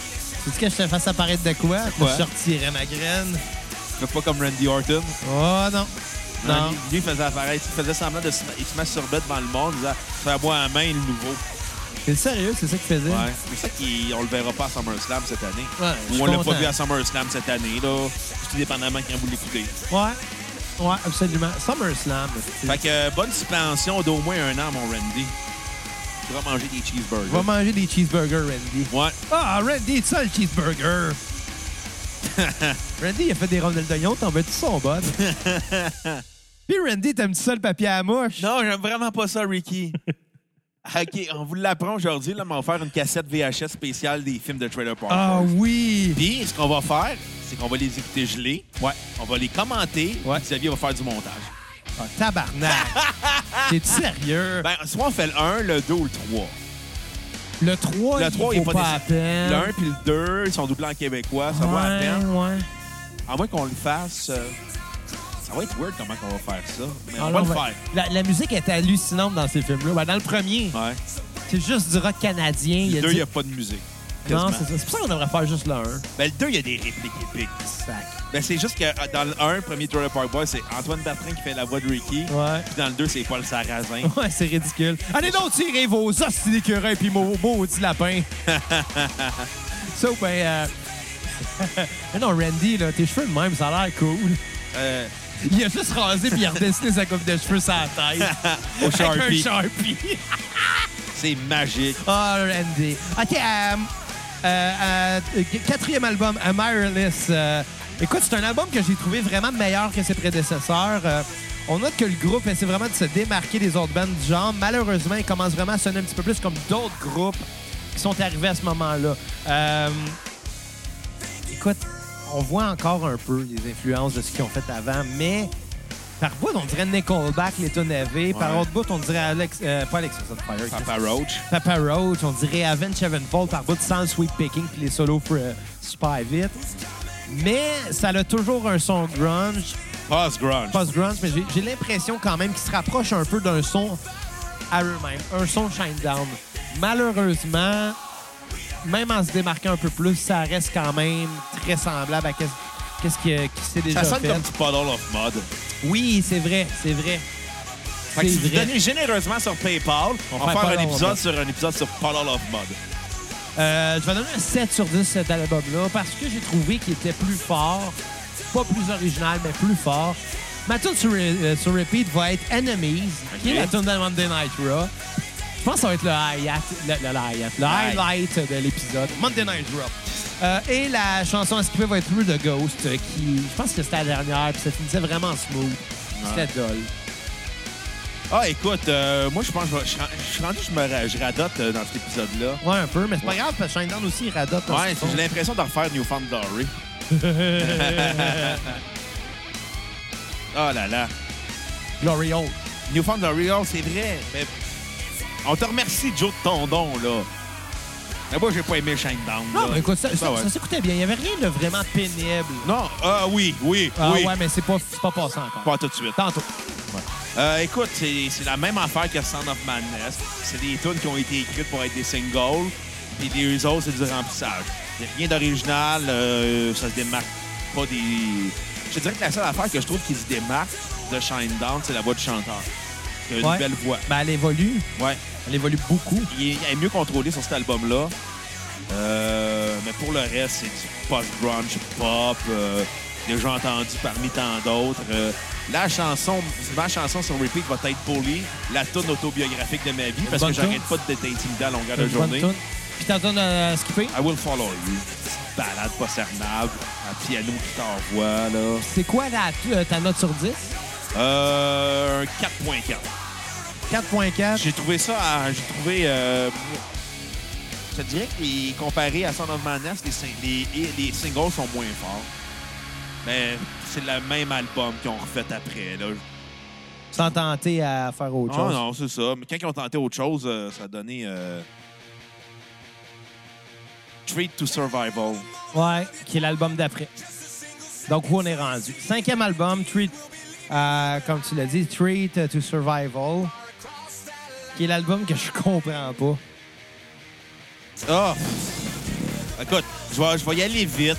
Speaker 1: tu que je te fasse apparaître de quoi?
Speaker 2: quoi?
Speaker 1: Je sortirais ma graine.
Speaker 2: Mais pas comme Randy Orton.
Speaker 1: Oh non. Non.
Speaker 2: Lui, lui, il faisait apparaître, il faisait semblant de se, il se masturbait devant le monde, il disait Fais-moi la main, le nouveau.
Speaker 1: C'est sérieux, c'est ça qu'il faisait?
Speaker 2: Ouais. C'est ça qu'on le verra pas à SummerSlam cette année.
Speaker 1: Ouais, je suis
Speaker 2: Ou on l'a
Speaker 1: content.
Speaker 2: pas vu à SummerSlam cette année, là. Tout dépendamment quand vous l'écoutez.
Speaker 1: Ouais. Ouais, absolument. SummerSlam. c'est-
Speaker 2: Fait que euh, bonne suspension d'au moins un an, mon Randy. Tu vas manger des cheeseburgers.
Speaker 1: Va manger des cheeseburgers, Randy.
Speaker 2: Ouais.
Speaker 1: Ah, Randy, c'est ça le cheeseburger! Randy, il a fait des rondelles d'oignon, t'en veux-tu son bonne? Puis Randy, t'aimes-tu ça le papier à mouche?
Speaker 2: Non, j'aime vraiment pas ça, Ricky. OK, on vous l'apprend aujourd'hui, là, mais on va faire une cassette VHS spéciale des films de Trailer Park.
Speaker 1: Ah
Speaker 2: Boys.
Speaker 1: oui!
Speaker 2: Puis, ce qu'on va faire, c'est qu'on va les écouter gelés.
Speaker 1: Ouais.
Speaker 2: On va les commenter.
Speaker 1: Ouais.
Speaker 2: Xavier va faire du montage.
Speaker 1: Ah, tabarnak! T'es sérieux?
Speaker 2: Ben, soit on fait le 1, le 2 ou le 3.
Speaker 1: le 3,
Speaker 2: Le 3,
Speaker 1: il
Speaker 2: il
Speaker 1: vaut
Speaker 2: est
Speaker 1: pas,
Speaker 2: pas
Speaker 1: à
Speaker 2: nécessaire.
Speaker 1: peine.
Speaker 2: Le 1 puis le 2, ils sont doublés en québécois, ça va à peine.
Speaker 1: ouais, ouais.
Speaker 2: À moins qu'on le fasse. euh, Ça va être weird comment qu'on va faire ça. Mais
Speaker 1: Ah,
Speaker 2: on
Speaker 1: là,
Speaker 2: va
Speaker 1: on
Speaker 2: le
Speaker 1: va-
Speaker 2: faire.
Speaker 1: La, la musique est hallucinante dans ces films-là. Ben, dans le premier,
Speaker 2: Ouais.
Speaker 1: c'est juste du rock canadien.
Speaker 2: Le
Speaker 1: Il y a
Speaker 2: 2, il
Speaker 1: du-
Speaker 2: n'y a pas de musique.
Speaker 1: Non,
Speaker 2: Quasiment.
Speaker 1: c'est ça. C'est pour ça qu'on devrait faire juste le 1.
Speaker 2: Ben, le 2, il y a des répliques épiques.
Speaker 1: Sac.
Speaker 2: Ben, c'est juste que euh, dans le 1, premier Trailer Park Boy, c'est Antoine Bertrand qui fait la voix de Ricky.
Speaker 1: Ouais.
Speaker 2: Puis dans le 2, c'est Paul Sarrazin.
Speaker 1: Ouais, c'est ridicule. Allez donc tirer vos os d'écureuil puis mon maudit lapin. ça, ou ben... euh, Mais non, Randy, là, tes cheveux de même, ça a l'air cool.
Speaker 2: Euh,
Speaker 1: Il a juste rasé puis il a redessiné sa coupe de cheveux sur la tête.
Speaker 2: au
Speaker 1: Avec un
Speaker 2: Sharpie.
Speaker 1: Sharpie.
Speaker 2: C'est magique.
Speaker 1: Ah, Randy. OK, euh, euh, euh, quatrième album, Amaryllis. Euh, écoute, c'est un album que j'ai trouvé vraiment meilleur que ses prédécesseurs. Euh, on note que le groupe essaie vraiment de se démarquer des autres bandes du genre. Malheureusement, il commence vraiment à sonner un petit peu plus comme d'autres groupes qui sont arrivés à ce moment-là. Euh, écoute, on voit encore un peu les influences de ce qu'ils ont fait avant, mais par bout, on dirait Nickelback, les Tonavés. Par
Speaker 2: Ouais.
Speaker 1: autre bout, on dirait Alex, euh, pas Alex on Fire.
Speaker 2: Papa Roach.
Speaker 1: Papa Roach, on dirait Avenge Sevenfold par bout de sans le sweep picking puis les solos euh, super vite. Mais ça a toujours un son grunge,
Speaker 2: Post Grunge.
Speaker 1: post-grunge, mais j'ai- j'ai l'impression quand même qu'il se rapproche un peu d'un son à eux-mêmes, un son Shinedown. Malheureusement, même en se démarquant un peu plus, ça reste quand même très semblable à qu'est-ce qu'est-ce que- qui s'est déjà
Speaker 2: Ça sonne
Speaker 1: fait.
Speaker 2: comme du Puddle of Mud.
Speaker 1: Oui, c'est vrai, c'est vrai.
Speaker 2: Fait que
Speaker 1: C'est
Speaker 2: si vous
Speaker 1: vrai.
Speaker 2: donnez généreusement sur PayPal, on va
Speaker 1: fait
Speaker 2: faire
Speaker 1: Puddle
Speaker 2: un
Speaker 1: of
Speaker 2: épisode
Speaker 1: Mud.
Speaker 2: sur un épisode sur Puddle of Mud.
Speaker 1: Euh, je vais donner un 7 sur 10 cet album-là parce que j'ai trouvé qu'il était plus fort. Pas plus original, mais plus fort. Ma tune sur, euh, sur repeat va être Enemies, qui est
Speaker 2: Ok.
Speaker 1: la tune de Monday Night Raw. Je pense que ça va être le, highlight, le, le highlight, le
Speaker 2: Hi.
Speaker 1: highlight de l'épisode. Monday Night Raw. Euh, et la chanson à skipper va être Through the Ghost, euh, qui, je pense que c'était la dernière, puis ça finissait vraiment smooth. C'était dole.
Speaker 2: Ah, écoute, euh, moi, je pense que je vais- je je suis rendu, je me ra- je radote euh, dans cet épisode-là.
Speaker 1: Ouais, un peu, mais c'est pas
Speaker 2: Ouais.
Speaker 1: grave, parce que Shinedown aussi, il radote. dans
Speaker 2: Ouais,
Speaker 1: ce son.
Speaker 2: j'ai l'impression de refaire Newfound Glory. oh là là.
Speaker 1: Glory Hole.
Speaker 2: Newfound Glory, oh, c'est vrai. Mais on te remercie, Joe, de ton don, là. Mais moi, j'ai pas aimé Shinedown.
Speaker 1: Non,
Speaker 2: là. Ah
Speaker 1: mais écoute, ça, ça,
Speaker 2: ouais.
Speaker 1: ça s'écoutait bien. Il n'y avait rien de vraiment pénible.
Speaker 2: Non, ah oui, oui,
Speaker 1: Ah
Speaker 2: oui.
Speaker 1: ouais, mais c'est pas, c'est pas passé encore.
Speaker 2: Pas tout de suite.
Speaker 1: Tantôt.
Speaker 2: Euh, écoute, c'est c'est la même affaire que Sound of Madness. C'est des tunes qui ont été écrites pour être des singles, puis les autres, c'est du remplissage. Il y a Rien d'original, euh, ça se démarque pas des... Je dirais que la seule affaire que je trouve qui se démarque de Shine Down, c'est la voix du chanteur. Il a une
Speaker 1: Ouais.
Speaker 2: belle voix.
Speaker 1: Ben, elle évolue.
Speaker 2: Ouais.
Speaker 1: Elle évolue beaucoup.
Speaker 2: Il est, elle est mieux contrôlée sur cet album-là. Euh, mais pour le reste, c'est du post-grunge pop, euh, déjà entendu parmi tant d'autres. Euh, la chanson, ma chanson sur repeat va être Polly, la tune autobiographique de ma vie, parce
Speaker 1: bonne
Speaker 2: que j'arrête
Speaker 1: tune.
Speaker 2: pas de t'être intimidé à longueur
Speaker 1: Une
Speaker 2: de
Speaker 1: bonne
Speaker 2: journée.
Speaker 1: tune. Puis t'en donnes à skipper.
Speaker 2: I Will Follow You, Petite balade pas cernable, un piano qui t'envoie, là.
Speaker 1: C'est quoi la, euh, ta note sur 10?
Speaker 2: Euh, un 4.4.
Speaker 1: 4.4.
Speaker 2: J'ai trouvé ça, à- j'ai trouvé, euh, je te dirais que les- comparé à Son of Madness, les, sing- les, les- les singles sont moins forts. Mais c'est le même album qu'ils ont refait après. Là.
Speaker 1: Sans tenter à faire autre
Speaker 2: Non,
Speaker 1: chose.
Speaker 2: Ah, non, c'est ça. Mais quand ils ont tenté autre chose, euh, ça a donné euh, Treat to Survival.
Speaker 1: Ouais, qui est l'album d'après. Donc, où on est rendu? Cinquième album, Treat, euh, comme tu l'as dit, Treat to Survival, qui est l'album que je comprends pas.
Speaker 2: Ah! Écoute, je vais, je vais y aller vite.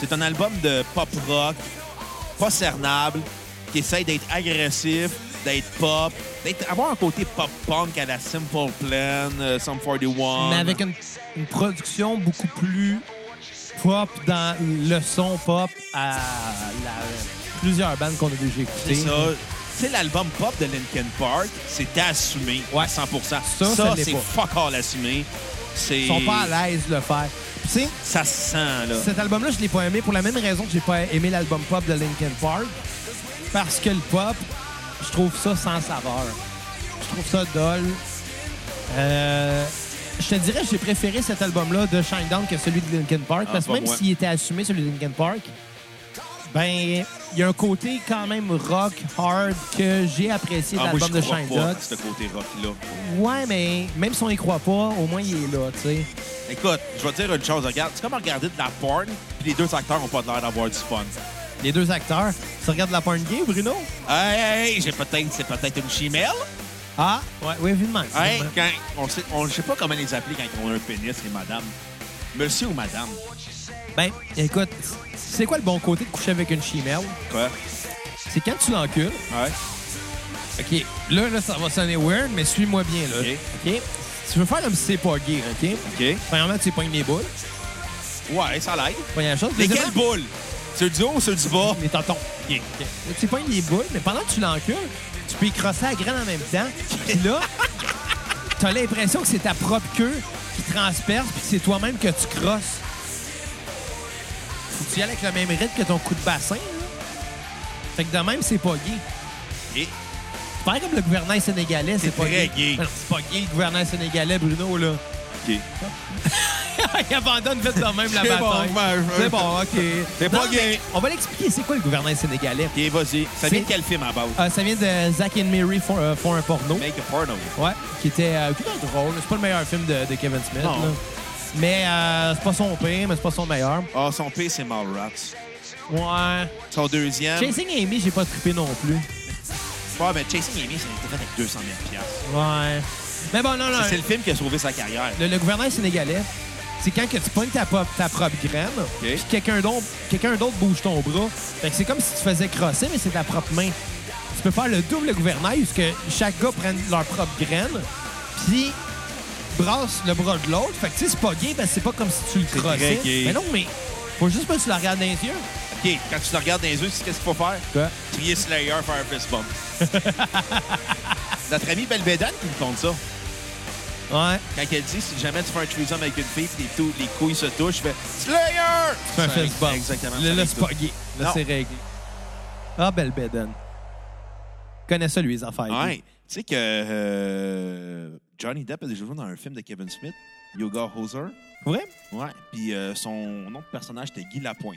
Speaker 2: C'est un album de pop rock, pas cernable, qui essaye d'être agressif, d'être pop, d'être, avoir un côté pop-punk à la Simple Plan, euh, Sum 41.
Speaker 1: Mais avec une, une production beaucoup plus pop dans le son pop à la- plusieurs bandes qu'on a déjà
Speaker 2: C'est
Speaker 1: écoutées.
Speaker 2: ça. C'est l'album pop de Linkin Park, c'était assumé à 100
Speaker 1: ça l'est
Speaker 2: c'est
Speaker 1: pas.
Speaker 2: fuck all assumé. C'est...
Speaker 1: Ils sont pas à l'aise de le faire. Puis, Tu sais,
Speaker 2: Ça se sent, là.
Speaker 1: cet album-là, je l'ai pas aimé pour la même raison que j'ai pas aimé l'album pop de Linkin Park. Parce que le pop, je trouve ça sans saveur. Je trouve ça dol. Euh, je te dirais que j'ai préféré cet album-là de Shinedown que celui de Linkin Park.
Speaker 2: Ah,
Speaker 1: parce que
Speaker 2: pas
Speaker 1: même
Speaker 2: moi.
Speaker 1: s'il était assumé, celui de Linkin Park, ben, il y a un côté quand même rock, hard, que j'ai apprécié de
Speaker 2: Ah, moi,
Speaker 1: l'album
Speaker 2: je
Speaker 1: de
Speaker 2: crois
Speaker 1: Shinedown.
Speaker 2: pas à ce côté rock-là.
Speaker 1: Ouais, mais même si on y croit pas, au moins il est là, tu sais.
Speaker 2: Écoute, je vais te dire une chose. Regarde, c'est comme regarder de la porn, puis les deux acteurs ont pas l'air d'avoir du fun.
Speaker 1: Les deux acteurs. Tu regardes la porn gay, Bruno?
Speaker 2: Hey, hey, j'ai peut-être, c'est peut-être une chimelle.
Speaker 1: Ah, ouais, oui, vu de même.
Speaker 2: Hey, quand, on sait, on, je sais pas comment les appeler quand on a un pénis et madame. Monsieur ou madame?
Speaker 1: Ben, écoute, c'est quoi le bon côté de coucher avec une chimère?
Speaker 2: Quoi?
Speaker 1: C'est quand tu l'encules.
Speaker 2: Ouais.
Speaker 1: OK. Là, là, ça va sonner weird, mais suis-moi bien, là.
Speaker 2: OK.
Speaker 1: OK? Tu veux faire comme si c'est pas gay, OK?
Speaker 2: OK.
Speaker 1: Premièrement, tu pognes les boules.
Speaker 2: Ouais, ça l'aide.
Speaker 1: Première chose.
Speaker 2: Mais quelle
Speaker 1: Deuxièmement,
Speaker 2: boule? Ceux du haut ou ceux du bas?
Speaker 1: Les tontons.
Speaker 2: OK.
Speaker 1: Tu pognes les boules, mais pendant que tu l'encules, tu peux y crosser la graine en même temps. Puis là, t'as l'impression que c'est ta propre queue qui transperce, puis que c'est toi-même que tu crosses. Faut que tu y ailles avec le même rythme que ton coup de bassin, là. Fait que de même, c'est pas gay.
Speaker 2: OK.
Speaker 1: Pareil comme le gouvernail sénégalais, c'est
Speaker 2: C'est
Speaker 1: pas
Speaker 2: très gay.
Speaker 1: Mais non, C'est pas gay, le gouvernail sénégalais, Bruno, là.
Speaker 2: OK.
Speaker 1: Il abandonne vite de même la
Speaker 2: C'est bon,
Speaker 1: bataille.
Speaker 2: ben, je-
Speaker 1: c'est bon, OK.
Speaker 2: C'est pas
Speaker 1: Non,
Speaker 2: gay.
Speaker 1: mais On va l'expliquer, c'est quoi le gouvernail sénégalais?
Speaker 2: OK, vas-y. Ça vient
Speaker 1: C'est-
Speaker 2: de quel film à base?
Speaker 1: Euh, ça vient de Zack and Mary font, euh, font un porno.
Speaker 2: Make a porno.
Speaker 1: Ouais, qui était euh, plutôt drôle. C'est pas le meilleur film de, de Kevin Smith.
Speaker 2: Non.
Speaker 1: là. Mais euh, c'est pas son pire, mais c'est pas son meilleur.
Speaker 2: Ah, son pire, c'est Mallrats.
Speaker 1: Ouais.
Speaker 2: Son deuxième.
Speaker 1: Chasing Amy, j'ai pas trippé non plus.
Speaker 2: Ouais, mais Chasing Amy, ça a été fait avec 200 000
Speaker 1: Ouais. Mais bon, non, non.
Speaker 2: C'est le film qui a sauvé sa carrière.
Speaker 1: Le, le gouvernail sénégalais, c'est quand que tu pognes ta, pop- ta propre graine, puis quelqu'un d'autre quelqu'un d'autre bouge ton bras. Fait que c'est comme si tu faisais crosser, mais c'est ta propre main. Tu peux faire le double gouvernail, parce que chaque gars prenne leur propre graine, puis brasse le bras de l'autre. Fait que tu sais, c'est pas gay, parce que c'est pas comme si tu le
Speaker 2: C'est très
Speaker 1: crossais.
Speaker 2: gay.
Speaker 1: Mais non, mais faut juste pas que tu la regardes dans les yeux.
Speaker 2: OK, quand tu te regardes dans les yeux, tu sais qu'est-ce qu'il faut faire? Crier Slayer, faire un fist bump. Notre ami Belvedane qui me compte ça.
Speaker 1: Ouais.
Speaker 2: Quand elle dit, si jamais tu fais un threesome avec une fille et les, tou- les couilles se touchent, je fais Slayer!
Speaker 1: C'est un fist bump.
Speaker 2: Exactement.
Speaker 1: Là, là, c'est pas gay. Là,
Speaker 2: Non.
Speaker 1: c'est réglé. Ah, belle bédaine. Connais ça, lui, les affaires. lui.
Speaker 2: Ouais. Tu sais que euh, Johnny Depp a déjà joué dans un film de Kevin Smith, Yoga Hoser.
Speaker 1: Vrai?
Speaker 2: Ouais. Puis euh, son nom de personnage, c'était Guy Lapointe.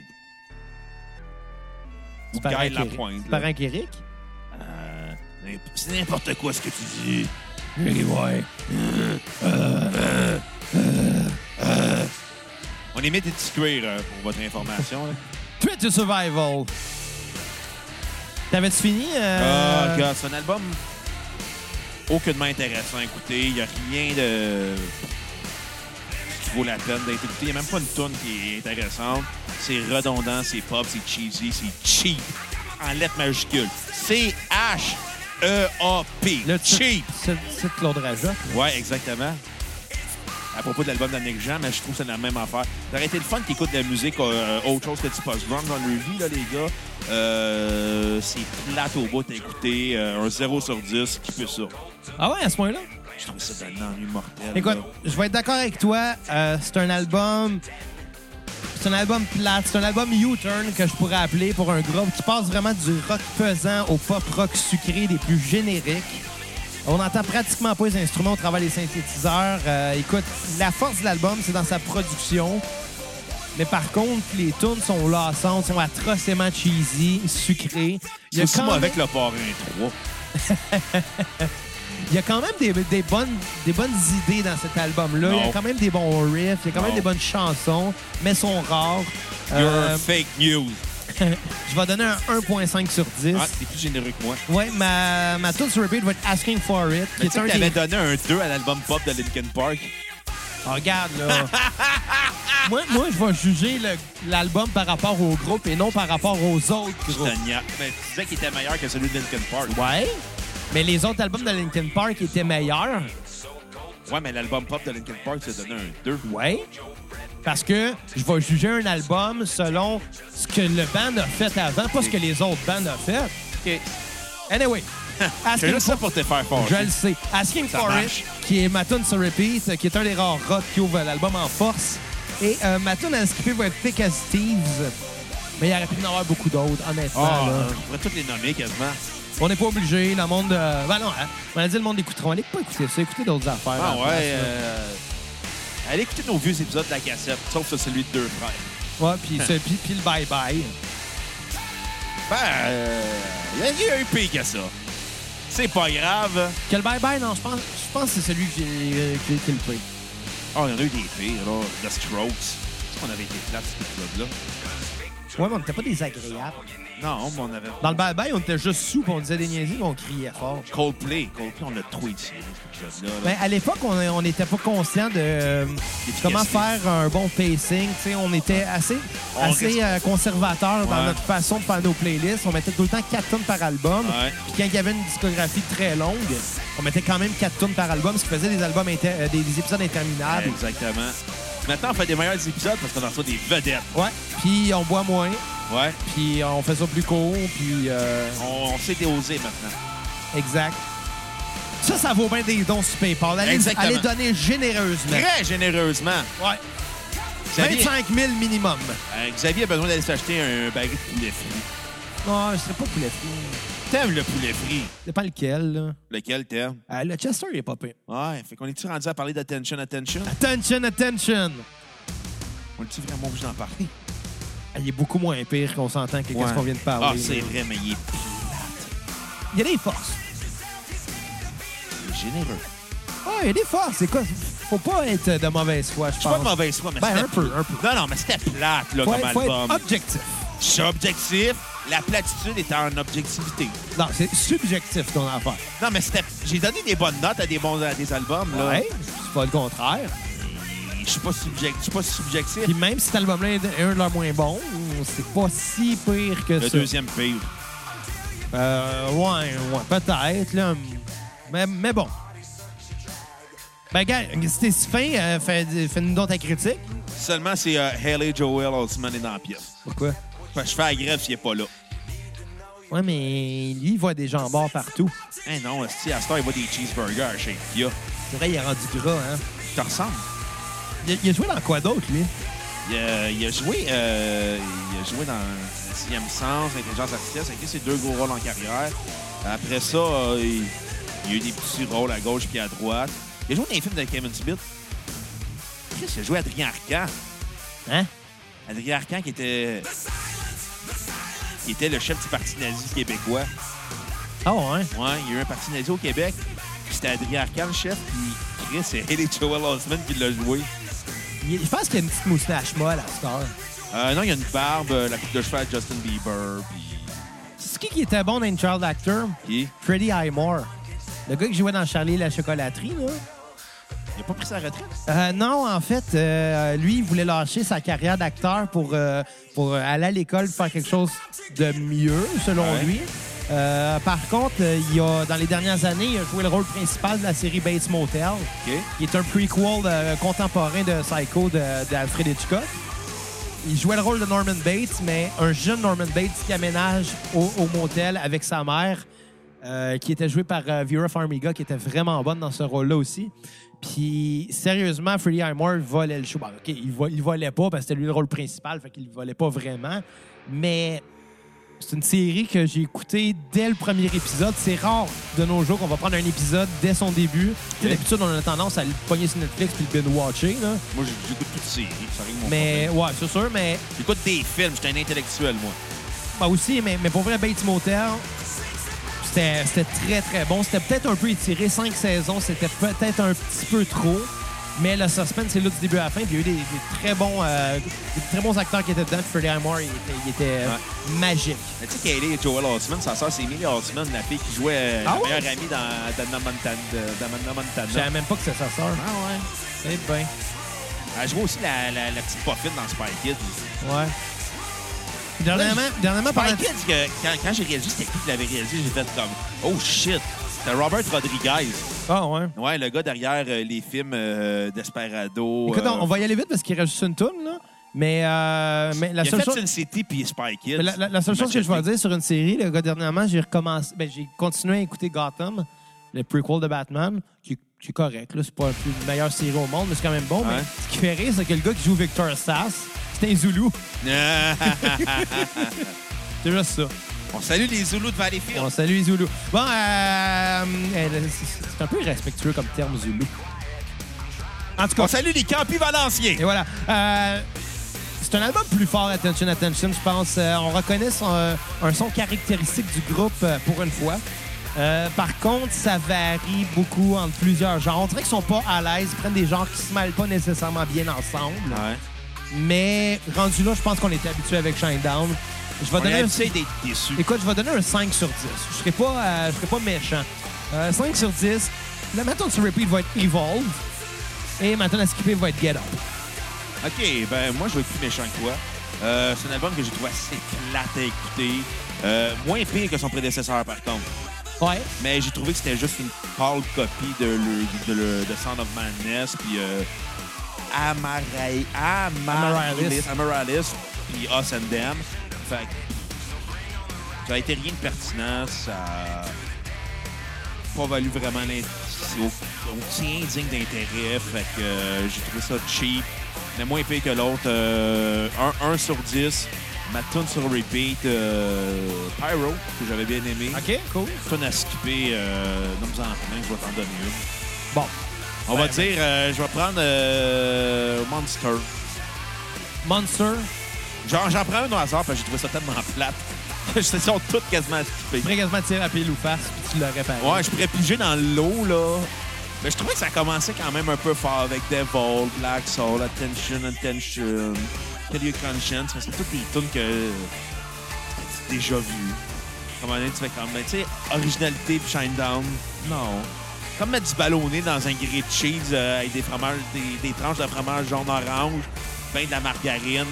Speaker 2: Ou
Speaker 1: C'est pareil
Speaker 2: Guy
Speaker 1: qu'Éric.
Speaker 2: Lapointe.
Speaker 1: C'est
Speaker 2: là.
Speaker 1: pareil qu'Éric?
Speaker 2: Euh, c'est n'importe quoi ce que tu dis. On émet des petits cuirs euh, pour votre information. là.
Speaker 1: Tweet to Survival. T'avais-tu fini?
Speaker 2: Ah,
Speaker 1: euh,
Speaker 2: gars, c'est un album aucunement intéressant à écouter. Il n'y a rien de qui vaut la peine d'être écouté. Il n'y a même pas une tune qui est intéressante. C'est redondant, c'est pop, c'est cheesy, c'est cheap. En lettres majuscules. C-H-E-A-P.
Speaker 1: le titre-
Speaker 2: cheap.
Speaker 1: C'est c'est de Claude Rajot.
Speaker 2: Ouais, exactement. À propos de l'album d'Annick Jean, mais je trouve que c'est la même affaire. Ça aurait été le fun qu'ils écoutent de la musique euh, autre chose que du post-grunge dans leur vie, là, les gars. Euh, c'est plate au bout d'écouter euh, un 0 sur 10 qui fait ça.
Speaker 1: Ah ouais, à ce point-là?
Speaker 2: Je trouve ça d'un ennui mortel.
Speaker 1: Écoute,
Speaker 2: là.
Speaker 1: je vais être d'accord avec toi. euh, c'est un album... C'est un album plate. C'est un album U-turn que je pourrais appeler pour un groupe qui passe vraiment du rock pesant au pop rock sucré des plus génériques. On n'entend pratiquement pas les instruments au travers des synthétiseurs. Euh, écoute, la force de l'album, c'est dans sa production. Mais par contre, les tunes sont lassantes, sont atrocement cheesy, sucrées. Il y
Speaker 2: c'est
Speaker 1: a
Speaker 2: aussi
Speaker 1: quand
Speaker 2: mauvais
Speaker 1: même-
Speaker 2: que le parrain 3.
Speaker 1: il y a quand même des, des bonnes, des bonnes idées dans cet album-là. Il y a
Speaker 2: Non.
Speaker 1: quand même des bons riffs, il y a quand même
Speaker 2: Non.
Speaker 1: des bonnes chansons, mais sont rares.
Speaker 2: You're
Speaker 1: Euh,
Speaker 2: fake news.
Speaker 1: je vais donner un 1.5 sur 10.
Speaker 2: Ah, t'es plus généreux que moi.
Speaker 1: Ouais, ma, ma tune sur repeat va être Asking for It, qui
Speaker 2: Mais
Speaker 1: est
Speaker 2: tu
Speaker 1: un
Speaker 2: avais
Speaker 1: des...
Speaker 2: donné un 2 à l'album pop de Linkin Park.
Speaker 1: Ah, regarde, là. moi, moi, je vais juger le- l'album par rapport au groupe et non par rapport aux autres
Speaker 2: Je
Speaker 1: groupes.
Speaker 2: te niaque. Mais tu disais qu'il était meilleur que celui de Linkin Park.
Speaker 1: Ouais. Mais les autres albums de Linkin Park étaient meilleurs.
Speaker 2: Ouais, mais l'album pop de Linkin Park, ça donné un 2.
Speaker 1: Ouais. Parce que je vais juger un album selon ce que le band a fait avant, pas ce que les autres bands ont fait.
Speaker 2: OK.
Speaker 1: Anyway.
Speaker 2: C'est
Speaker 1: Asking
Speaker 2: juste ça
Speaker 1: for-
Speaker 2: pour te faire fort.
Speaker 1: Je le sais. Asking
Speaker 2: Ça
Speaker 1: for
Speaker 2: marche.
Speaker 1: It, qui est ma tune sur repeat, qui est un des rares rock qui ouvre l'album en force. Et euh, ma tune à skipper va être Thick as Thieves. Mais il aurait pu en avoir beaucoup d'autres, honnêtement.
Speaker 2: Ah,
Speaker 1: là. Ah,
Speaker 2: on pourrait toutes les nommer quasiment.
Speaker 1: On n'est pas obligé. Le monde. euh, Ben non, hein. on a dit le monde écoutera. Allez pas écouter ça, écoutez d'autres affaires. hein.
Speaker 2: Ah
Speaker 1: à la
Speaker 2: ouais.
Speaker 1: place, là.
Speaker 2: euh, Allez écouter nos vieux épisodes de la cassette, sauf sur celui de deux frères.
Speaker 1: Ouais, puis ce- puis- puis le bye-bye.
Speaker 2: Ben, euh, il y a- il y a eu pire que ça. C'est pas grave.
Speaker 1: Que le bye-bye, non, je pense, je pense que c'est celui que j'ai euh, qui qui est le pire.
Speaker 2: Oh, il y en a eu des pires, là. The Strokes. Est-ce qu'on avait été plate, cet épisode-là?
Speaker 1: Ouais, mais on n'était pas désagréables.
Speaker 2: Non, mais on avait.
Speaker 1: Dans le bye-bye, on était juste sous, puis on disait des niaiseries, puis on criait fort.
Speaker 2: Coldplay. Coldplay, on l'a trop ici, cet épisode-là. là.
Speaker 1: Ben, à l'époque, on n'était pas conscient de euh, comment faire un bon pacing. Tu sais, on était assez,
Speaker 2: On
Speaker 1: assez
Speaker 2: reste-
Speaker 1: euh, conservateur dans
Speaker 2: Ouais.
Speaker 1: notre façon de faire nos playlists. On mettait tout le temps 4 tonnes par album.
Speaker 2: Ouais.
Speaker 1: Puis quand il y avait une discographie très longue, on mettait quand même 4 tonnes par album, ce qui faisait des, albums inter- euh, des, des épisodes interminables.
Speaker 2: Exactement. Maintenant, on fait des meilleurs épisodes parce qu'on en reçoit des vedettes.
Speaker 1: Ouais. Puis on boit moins,
Speaker 2: Ouais.
Speaker 1: puis on fait ça plus court, puis... euh,
Speaker 2: On, on s'est dosé maintenant.
Speaker 1: Exact. Ça, ça vaut bien des dons sur PayPal. Allez,
Speaker 2: Exactement.
Speaker 1: allez donner généreusement.
Speaker 2: Très généreusement.
Speaker 1: Ben. Ouais.
Speaker 2: Xavier,
Speaker 1: 25 000 minimum.
Speaker 2: euh, Xavier a besoin d'aller s'acheter un baguette de poulet frit.
Speaker 1: Non, je serais pas poulet frit.
Speaker 2: T'aimes le poulet frit?
Speaker 1: Dépend lequel, là.
Speaker 2: Lequel t'aimes?
Speaker 1: Euh, le Chester, il est pas pire.
Speaker 2: Ouais, fait qu'on est-tu rendu à parler d'attention, attention?
Speaker 1: Attention, attention!
Speaker 2: On est-tu vraiment obligé d'en parler?
Speaker 1: Ah, Il est beaucoup moins pire qu'on s'entend que
Speaker 2: Ouais.
Speaker 1: ce qu'on vient de
Speaker 2: Ah,
Speaker 1: parler.
Speaker 2: c'est vrai, mais il est
Speaker 1: il y a des forces.
Speaker 2: il est généreux.
Speaker 1: Ah, il y a des forces. C'est quoi? Faut pas être de mauvaise foi, je
Speaker 2: Je suis pas de
Speaker 1: pense.
Speaker 2: mauvaise foi, mais
Speaker 1: Ben,
Speaker 2: c'était-
Speaker 1: un peu, un peu.
Speaker 2: Non, non, mais c'était plate, là,
Speaker 1: Faut,
Speaker 2: comme
Speaker 1: être- faut
Speaker 2: album.
Speaker 1: être objectif.
Speaker 2: Je suis objectif. La platitude est en objectivité.
Speaker 1: Non, c'est subjectif ton affaire.
Speaker 2: Non, mais c'était... J'ai donné des bonnes notes à des bons à des albums, là.
Speaker 1: Ouais, c'est pas le contraire.
Speaker 2: Je suis pas, subject... je suis pas subjectif.
Speaker 1: Puis même si cet album-là est un de leurs moins bons, c'est pas si pire que
Speaker 2: Le
Speaker 1: ça.
Speaker 2: deuxième pire.
Speaker 1: Euh, ouais, ouais, peut-être, là. Mais, mais bon. Ben, gars, si t'es si fin, euh, fais- fais-nous donc ta critique.
Speaker 2: Seulement, c'est euh, Haley Joel Osman est dans la pièce.
Speaker 1: Pourquoi?
Speaker 2: Fait que je fais la grève s'il est pas là.
Speaker 1: Ouais, mais lui, il voit des gens morts partout.
Speaker 2: Eh non, si à ce temps, il voit des cheeseburgers à chez Kia.
Speaker 1: C'est vrai, il est rendu gras, hein.
Speaker 2: Tu te ressembles.
Speaker 1: Il a, il a joué dans quoi d'autre, lui?
Speaker 2: Il a, il a joué, euh, il a joué dans le sixième sens, intelligence artificielle. Ça a été ses deux gros rôles en carrière. Après ça, euh, il, il a eu des petits rôles à gauche puis à droite. Il a joué dans les films de Kevin Smith. Qu'est-ce qu'il a joué Adrien Arcan?
Speaker 1: Hein?
Speaker 2: Adrien Arcan qui était, qui était le chef du parti nazi québécois.
Speaker 1: Ah, ouais.
Speaker 2: Ouais, il y a eu un parti nazi au Québec. puis C'était Adrien Arcan, le chef, puis Chris et Haley Joel Osman qui l'a joué.
Speaker 1: Il- je pense qu'il a une petite moustache molle à cette heure.
Speaker 2: Euh, non, il y a une barbe, euh, la coupe de cheveux à Justin Bieber, puis...
Speaker 1: C'est qui qui était bon dans une Child Actor?
Speaker 2: Qui?
Speaker 1: Freddie Highmore. Le gars qui jouait dans Charlie et la chocolaterie, là.
Speaker 2: Il a pas pris sa retraite?
Speaker 1: Euh, non, en fait, euh, lui, il voulait lâcher sa carrière d'acteur pour, euh, pour euh, aller à l'école faire quelque chose de mieux, selon
Speaker 2: Ouais.
Speaker 1: lui. Euh, par contre, euh, il a, dans les dernières années, il a joué le rôle principal de la série Bates Motel,
Speaker 2: OK.
Speaker 1: qui est un prequel euh, contemporain de Psycho de- d'Alfred Hitchcock. Il jouait le rôle de Norman Bates, mais un jeune Norman Bates qui aménage au, au motel avec sa mère, euh, qui était jouée par euh, Vera Farmiga, qui était vraiment bonne dans ce rôle-là aussi. Puis, sérieusement, Freddie Highmore volait le show. Bon, OK, il, vo- il volait pas parce que c'était lui le rôle principal, fait qu'il le volait pas vraiment. Mais c'est une série que j'ai écoutée dès le premier épisode. C'est rare de nos jours qu'on va prendre un épisode dès son début. Tu sais, D'habitude, on a tendance à le pogner sur Netflix puis le binge-watcher. là.
Speaker 2: Moi, j- j'écoute plus de séries, ça règle mon
Speaker 1: Mais,
Speaker 2: problème.
Speaker 1: ouais, c'est sûr, mais
Speaker 2: J'écoute des films, j'étais un intellectuel, moi.
Speaker 1: Bah aussi, mais, mais pour vrai, Bates Motel, c'était c'était très, très bon. C'était peut-être un peu étiré. Cinq saisons, c'était peut-être un petit peu trop. Mais le suspense, c'est là du début à la fin. Puis il y a eu des, des très, bons, euh, des très bons acteurs qui étaient dedans. Puis Freddie Highmore, il était, il était magique.
Speaker 2: Mais tu sais qu'Hailey Joel Osman, sa sœur, c'est Emily Osman, la fille qui jouait euh,
Speaker 1: Ah
Speaker 2: la
Speaker 1: ouais?
Speaker 2: meilleure amie dans Dana Montana. dans Hannah
Speaker 1: Je
Speaker 2: Montana.
Speaker 1: savais même pas que c'était sa sœur.
Speaker 2: Ah ouais.
Speaker 1: Eh ben,
Speaker 2: Elle jouait aussi la, la, la petite poffine dans Spy Kids.
Speaker 1: ouais. Puis
Speaker 2: Ben,
Speaker 1: Dernièrement, dernièrement
Speaker 2: Spy
Speaker 1: Ah, pendant-
Speaker 2: Kids, que- quand, quand j'ai réalisé c'était qui qui l'avait réalisé, j'ai fait comme « Oh shit! C'était Robert Rodriguez.
Speaker 1: Ah, ouais.
Speaker 2: Ouais, le gars derrière euh, les films euh, Desperado.
Speaker 1: Écoute,
Speaker 2: euh,
Speaker 1: on va y aller vite parce qu'il reste juste une toune, là. Mais, euh, mais la
Speaker 2: il a
Speaker 1: seule
Speaker 2: fait
Speaker 1: chose.
Speaker 2: Sin City puis Spy Kids.
Speaker 1: Mais La, la- la seule chose que je vais dire sur une série, le gars, dernièrement, j'ai recommencé. ben, j'ai continué à écouter Gotham, le prequel de Batman, qui, qui est correct. là. C'est pas la plus- la meilleure série au monde, mais c'est quand même bon.
Speaker 2: Ouais.
Speaker 1: Mais ce qui fait rire, c'est que le gars qui joue Victor Sass, c'est un Zoulou. C'est juste ça.
Speaker 2: on salue les Zoulous de Valleyfield.
Speaker 1: On salue les Zoulous. Bon, euh, elle- c'est c'est un peu irrespectueux comme terme, Zoulou. En tout
Speaker 2: On
Speaker 1: cas,
Speaker 2: salue les Campis Valenciens.
Speaker 1: et voilà. Euh, c'est un album plus fort, Attention, Attention, je pense. Euh, on reconnaît son, euh, un son caractéristique du groupe euh, pour une fois. Euh, par contre, ça varie beaucoup entre plusieurs genres. On dirait qu'ils sont pas à l'aise, ils prennent des genres qui se mêlent pas nécessairement bien ensemble.
Speaker 2: Ouais.
Speaker 1: Mais rendu là, je pense qu'on était habitué avec Shinedown. Je vais
Speaker 2: On
Speaker 1: donner un-
Speaker 2: essaie d'être déçus.
Speaker 1: Écoute, je vais donner un 5 sur 10. Je serai pas, euh, je serai pas méchant. Euh, 5 sur 10. La maintenant sur repeat va être Evolve. Et maintenant à skipper va être Get Up.
Speaker 2: OK, ben moi, je vais être plus méchant que toi. Euh, c'est un album que j'ai trouvé assez plate à écouter. Euh, moins pire que son prédécesseur, par contre.
Speaker 1: Ouais.
Speaker 2: Mais j'ai trouvé que c'était juste une pâle copie de, le, de, le- de Sound of Madness, puis euh, Amarae- Amaralis,
Speaker 1: Amaralis.
Speaker 2: Amaralis, puis Us and Them. Fait que ça a été rien de pertinent, ça a pas valu vraiment l'intérêt. C'est indigne d'intérêt, fait que euh, j'ai trouvé ça cheap, mais moins pire que l'autre. Euh, un- un sur 10, ma tune sur repeat, euh, Pyro, que j'avais bien aimé.
Speaker 1: OK, cool.
Speaker 2: Fun à skipper, euh, nomme-en plein, je vais t'en donner une.
Speaker 1: Bon,
Speaker 2: On va dire, euh, je vais prendre euh, Monster.
Speaker 1: Monster,
Speaker 2: Genre, j'en prends un au hasard parce que j'ai trouvé ça tellement plate. Je sais, sont toutes quasiment skippées.
Speaker 1: prêt quasiment tiré à pile ou face, puis tu l'aurais réparé.
Speaker 2: Ouais, je pourrais piger dans l'eau, là. Mais je trouvais que ça commençait quand même un peu fort avec Devil, Black Soul, Attention, Attention, Kill Your Conscience. Mais C'est toutes des tunes que t'as déjà vues. Comme un tu fais comme, mais tu sais, originalité puis Shinedown. Non. Comme mettre du ballonné dans un grillé de cheese euh, avec des, fromages, des, des tranches de fromage jaune-orange, ben de la margarine,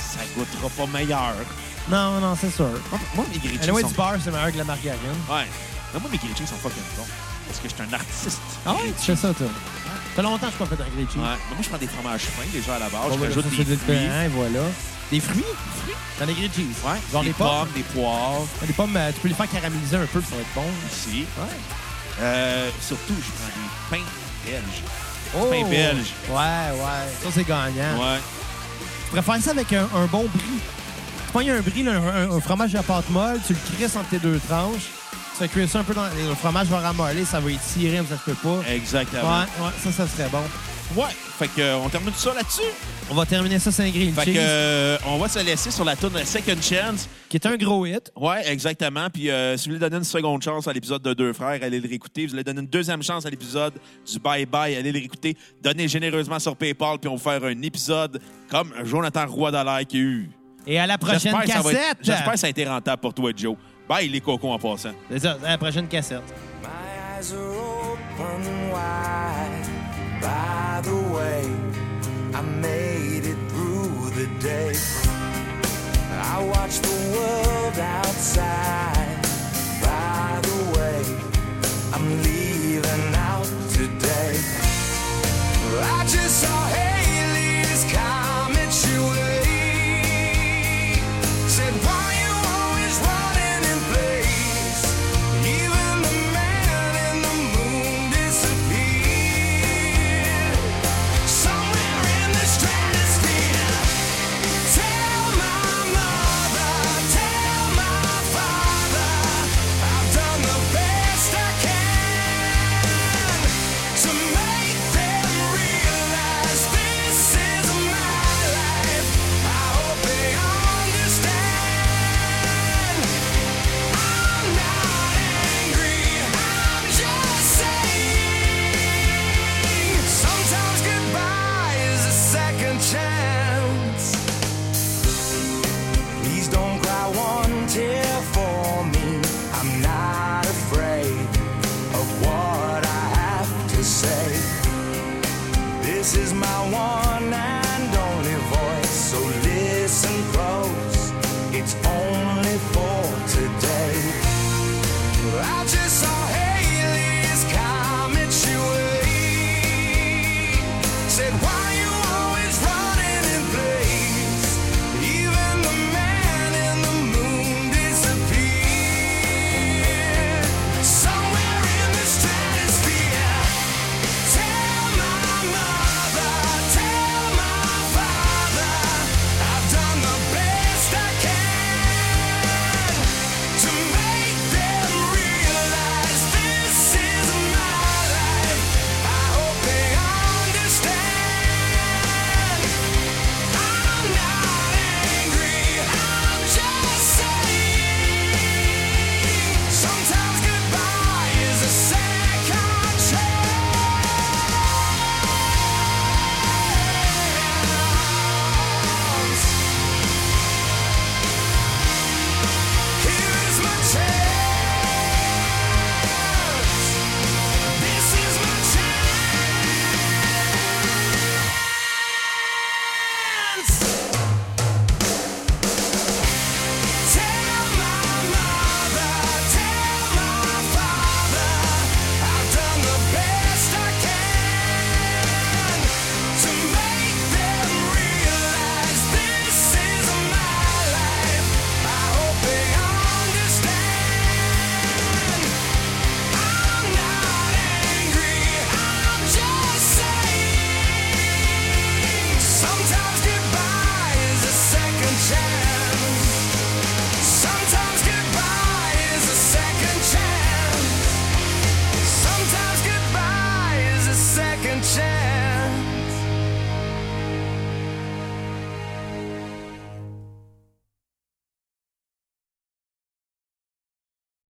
Speaker 2: ça goûtera pas meilleur.
Speaker 1: Non, non, c'est sûr.
Speaker 2: Moi, moi, mes grilled cheese
Speaker 1: Anyway,
Speaker 2: sont
Speaker 1: du beurre, c'est meilleur que la margarine.
Speaker 2: Ouais. Mais moi, mes grilled cheese sont fucking bons. Parce que je suis un artiste.
Speaker 1: Ah tu fais ça, toi? Ça fait longtemps que je n'ai pas fait un grilled cheese.
Speaker 2: Ah Ouais. Mais moi, je prends des fromages fins déjà à la base.
Speaker 1: Bon,
Speaker 2: je
Speaker 1: ben,
Speaker 2: rajoute
Speaker 1: ça, c'est
Speaker 2: des fruits.
Speaker 1: différent, et voilà. Des fruits? Dans les grilled cheese.
Speaker 2: Ouais.
Speaker 1: Genre
Speaker 2: des
Speaker 1: des pommes.
Speaker 2: pommes, des poires
Speaker 1: Des pommes, euh, tu peux les faire caraméliser un peu, puis ça va être bon.
Speaker 2: aussi.
Speaker 1: Ouais.
Speaker 2: Euh, surtout, je prends des pains belges.
Speaker 1: Oh!
Speaker 2: pain belge.
Speaker 1: Ouais, ouais. Ça, c'est gagnant.
Speaker 2: Ouais.
Speaker 1: Tu pourrais faire ça avec un, un bon brie. Tu pognes un brie, là, un, un- un fromage à pâte molle, tu le crisses entre tes deux tranches, tu fais cuire ça un peu dans... Le fromage va ramoller, ça va étirer, mais ça se peut pas.
Speaker 2: Exactement.
Speaker 1: Ouais, ouais, ça, ça serait bon.
Speaker 2: Ouais. Fait que, euh, on termine tout ça là-dessus.
Speaker 1: On va terminer ça, c'est un grilled
Speaker 2: Fait
Speaker 1: cheese,
Speaker 2: que, euh, on va se laisser sur la tourne Second Chance.
Speaker 1: qui est un gros hit.
Speaker 2: Ouais, exactement. Puis euh, si vous voulez donner une seconde chance à l'épisode de Deux Frères, allez le réécouter. Vous voulez donner une deuxième chance à l'épisode du Bye Bye, allez le réécouter. Donnez généreusement sur PayPal, puis on va faire un épisode comme Jonathan Roy d'Alaire qui a eu.
Speaker 1: Et à la prochaine
Speaker 2: J'espère que ça va être-
Speaker 1: cassette!
Speaker 2: J'espère que ça a été rentable pour toi, Joe. Bye les cocons en passant.
Speaker 1: C'est ça, à la prochaine cassette.
Speaker 3: My eyes are open wide. By the way, I made.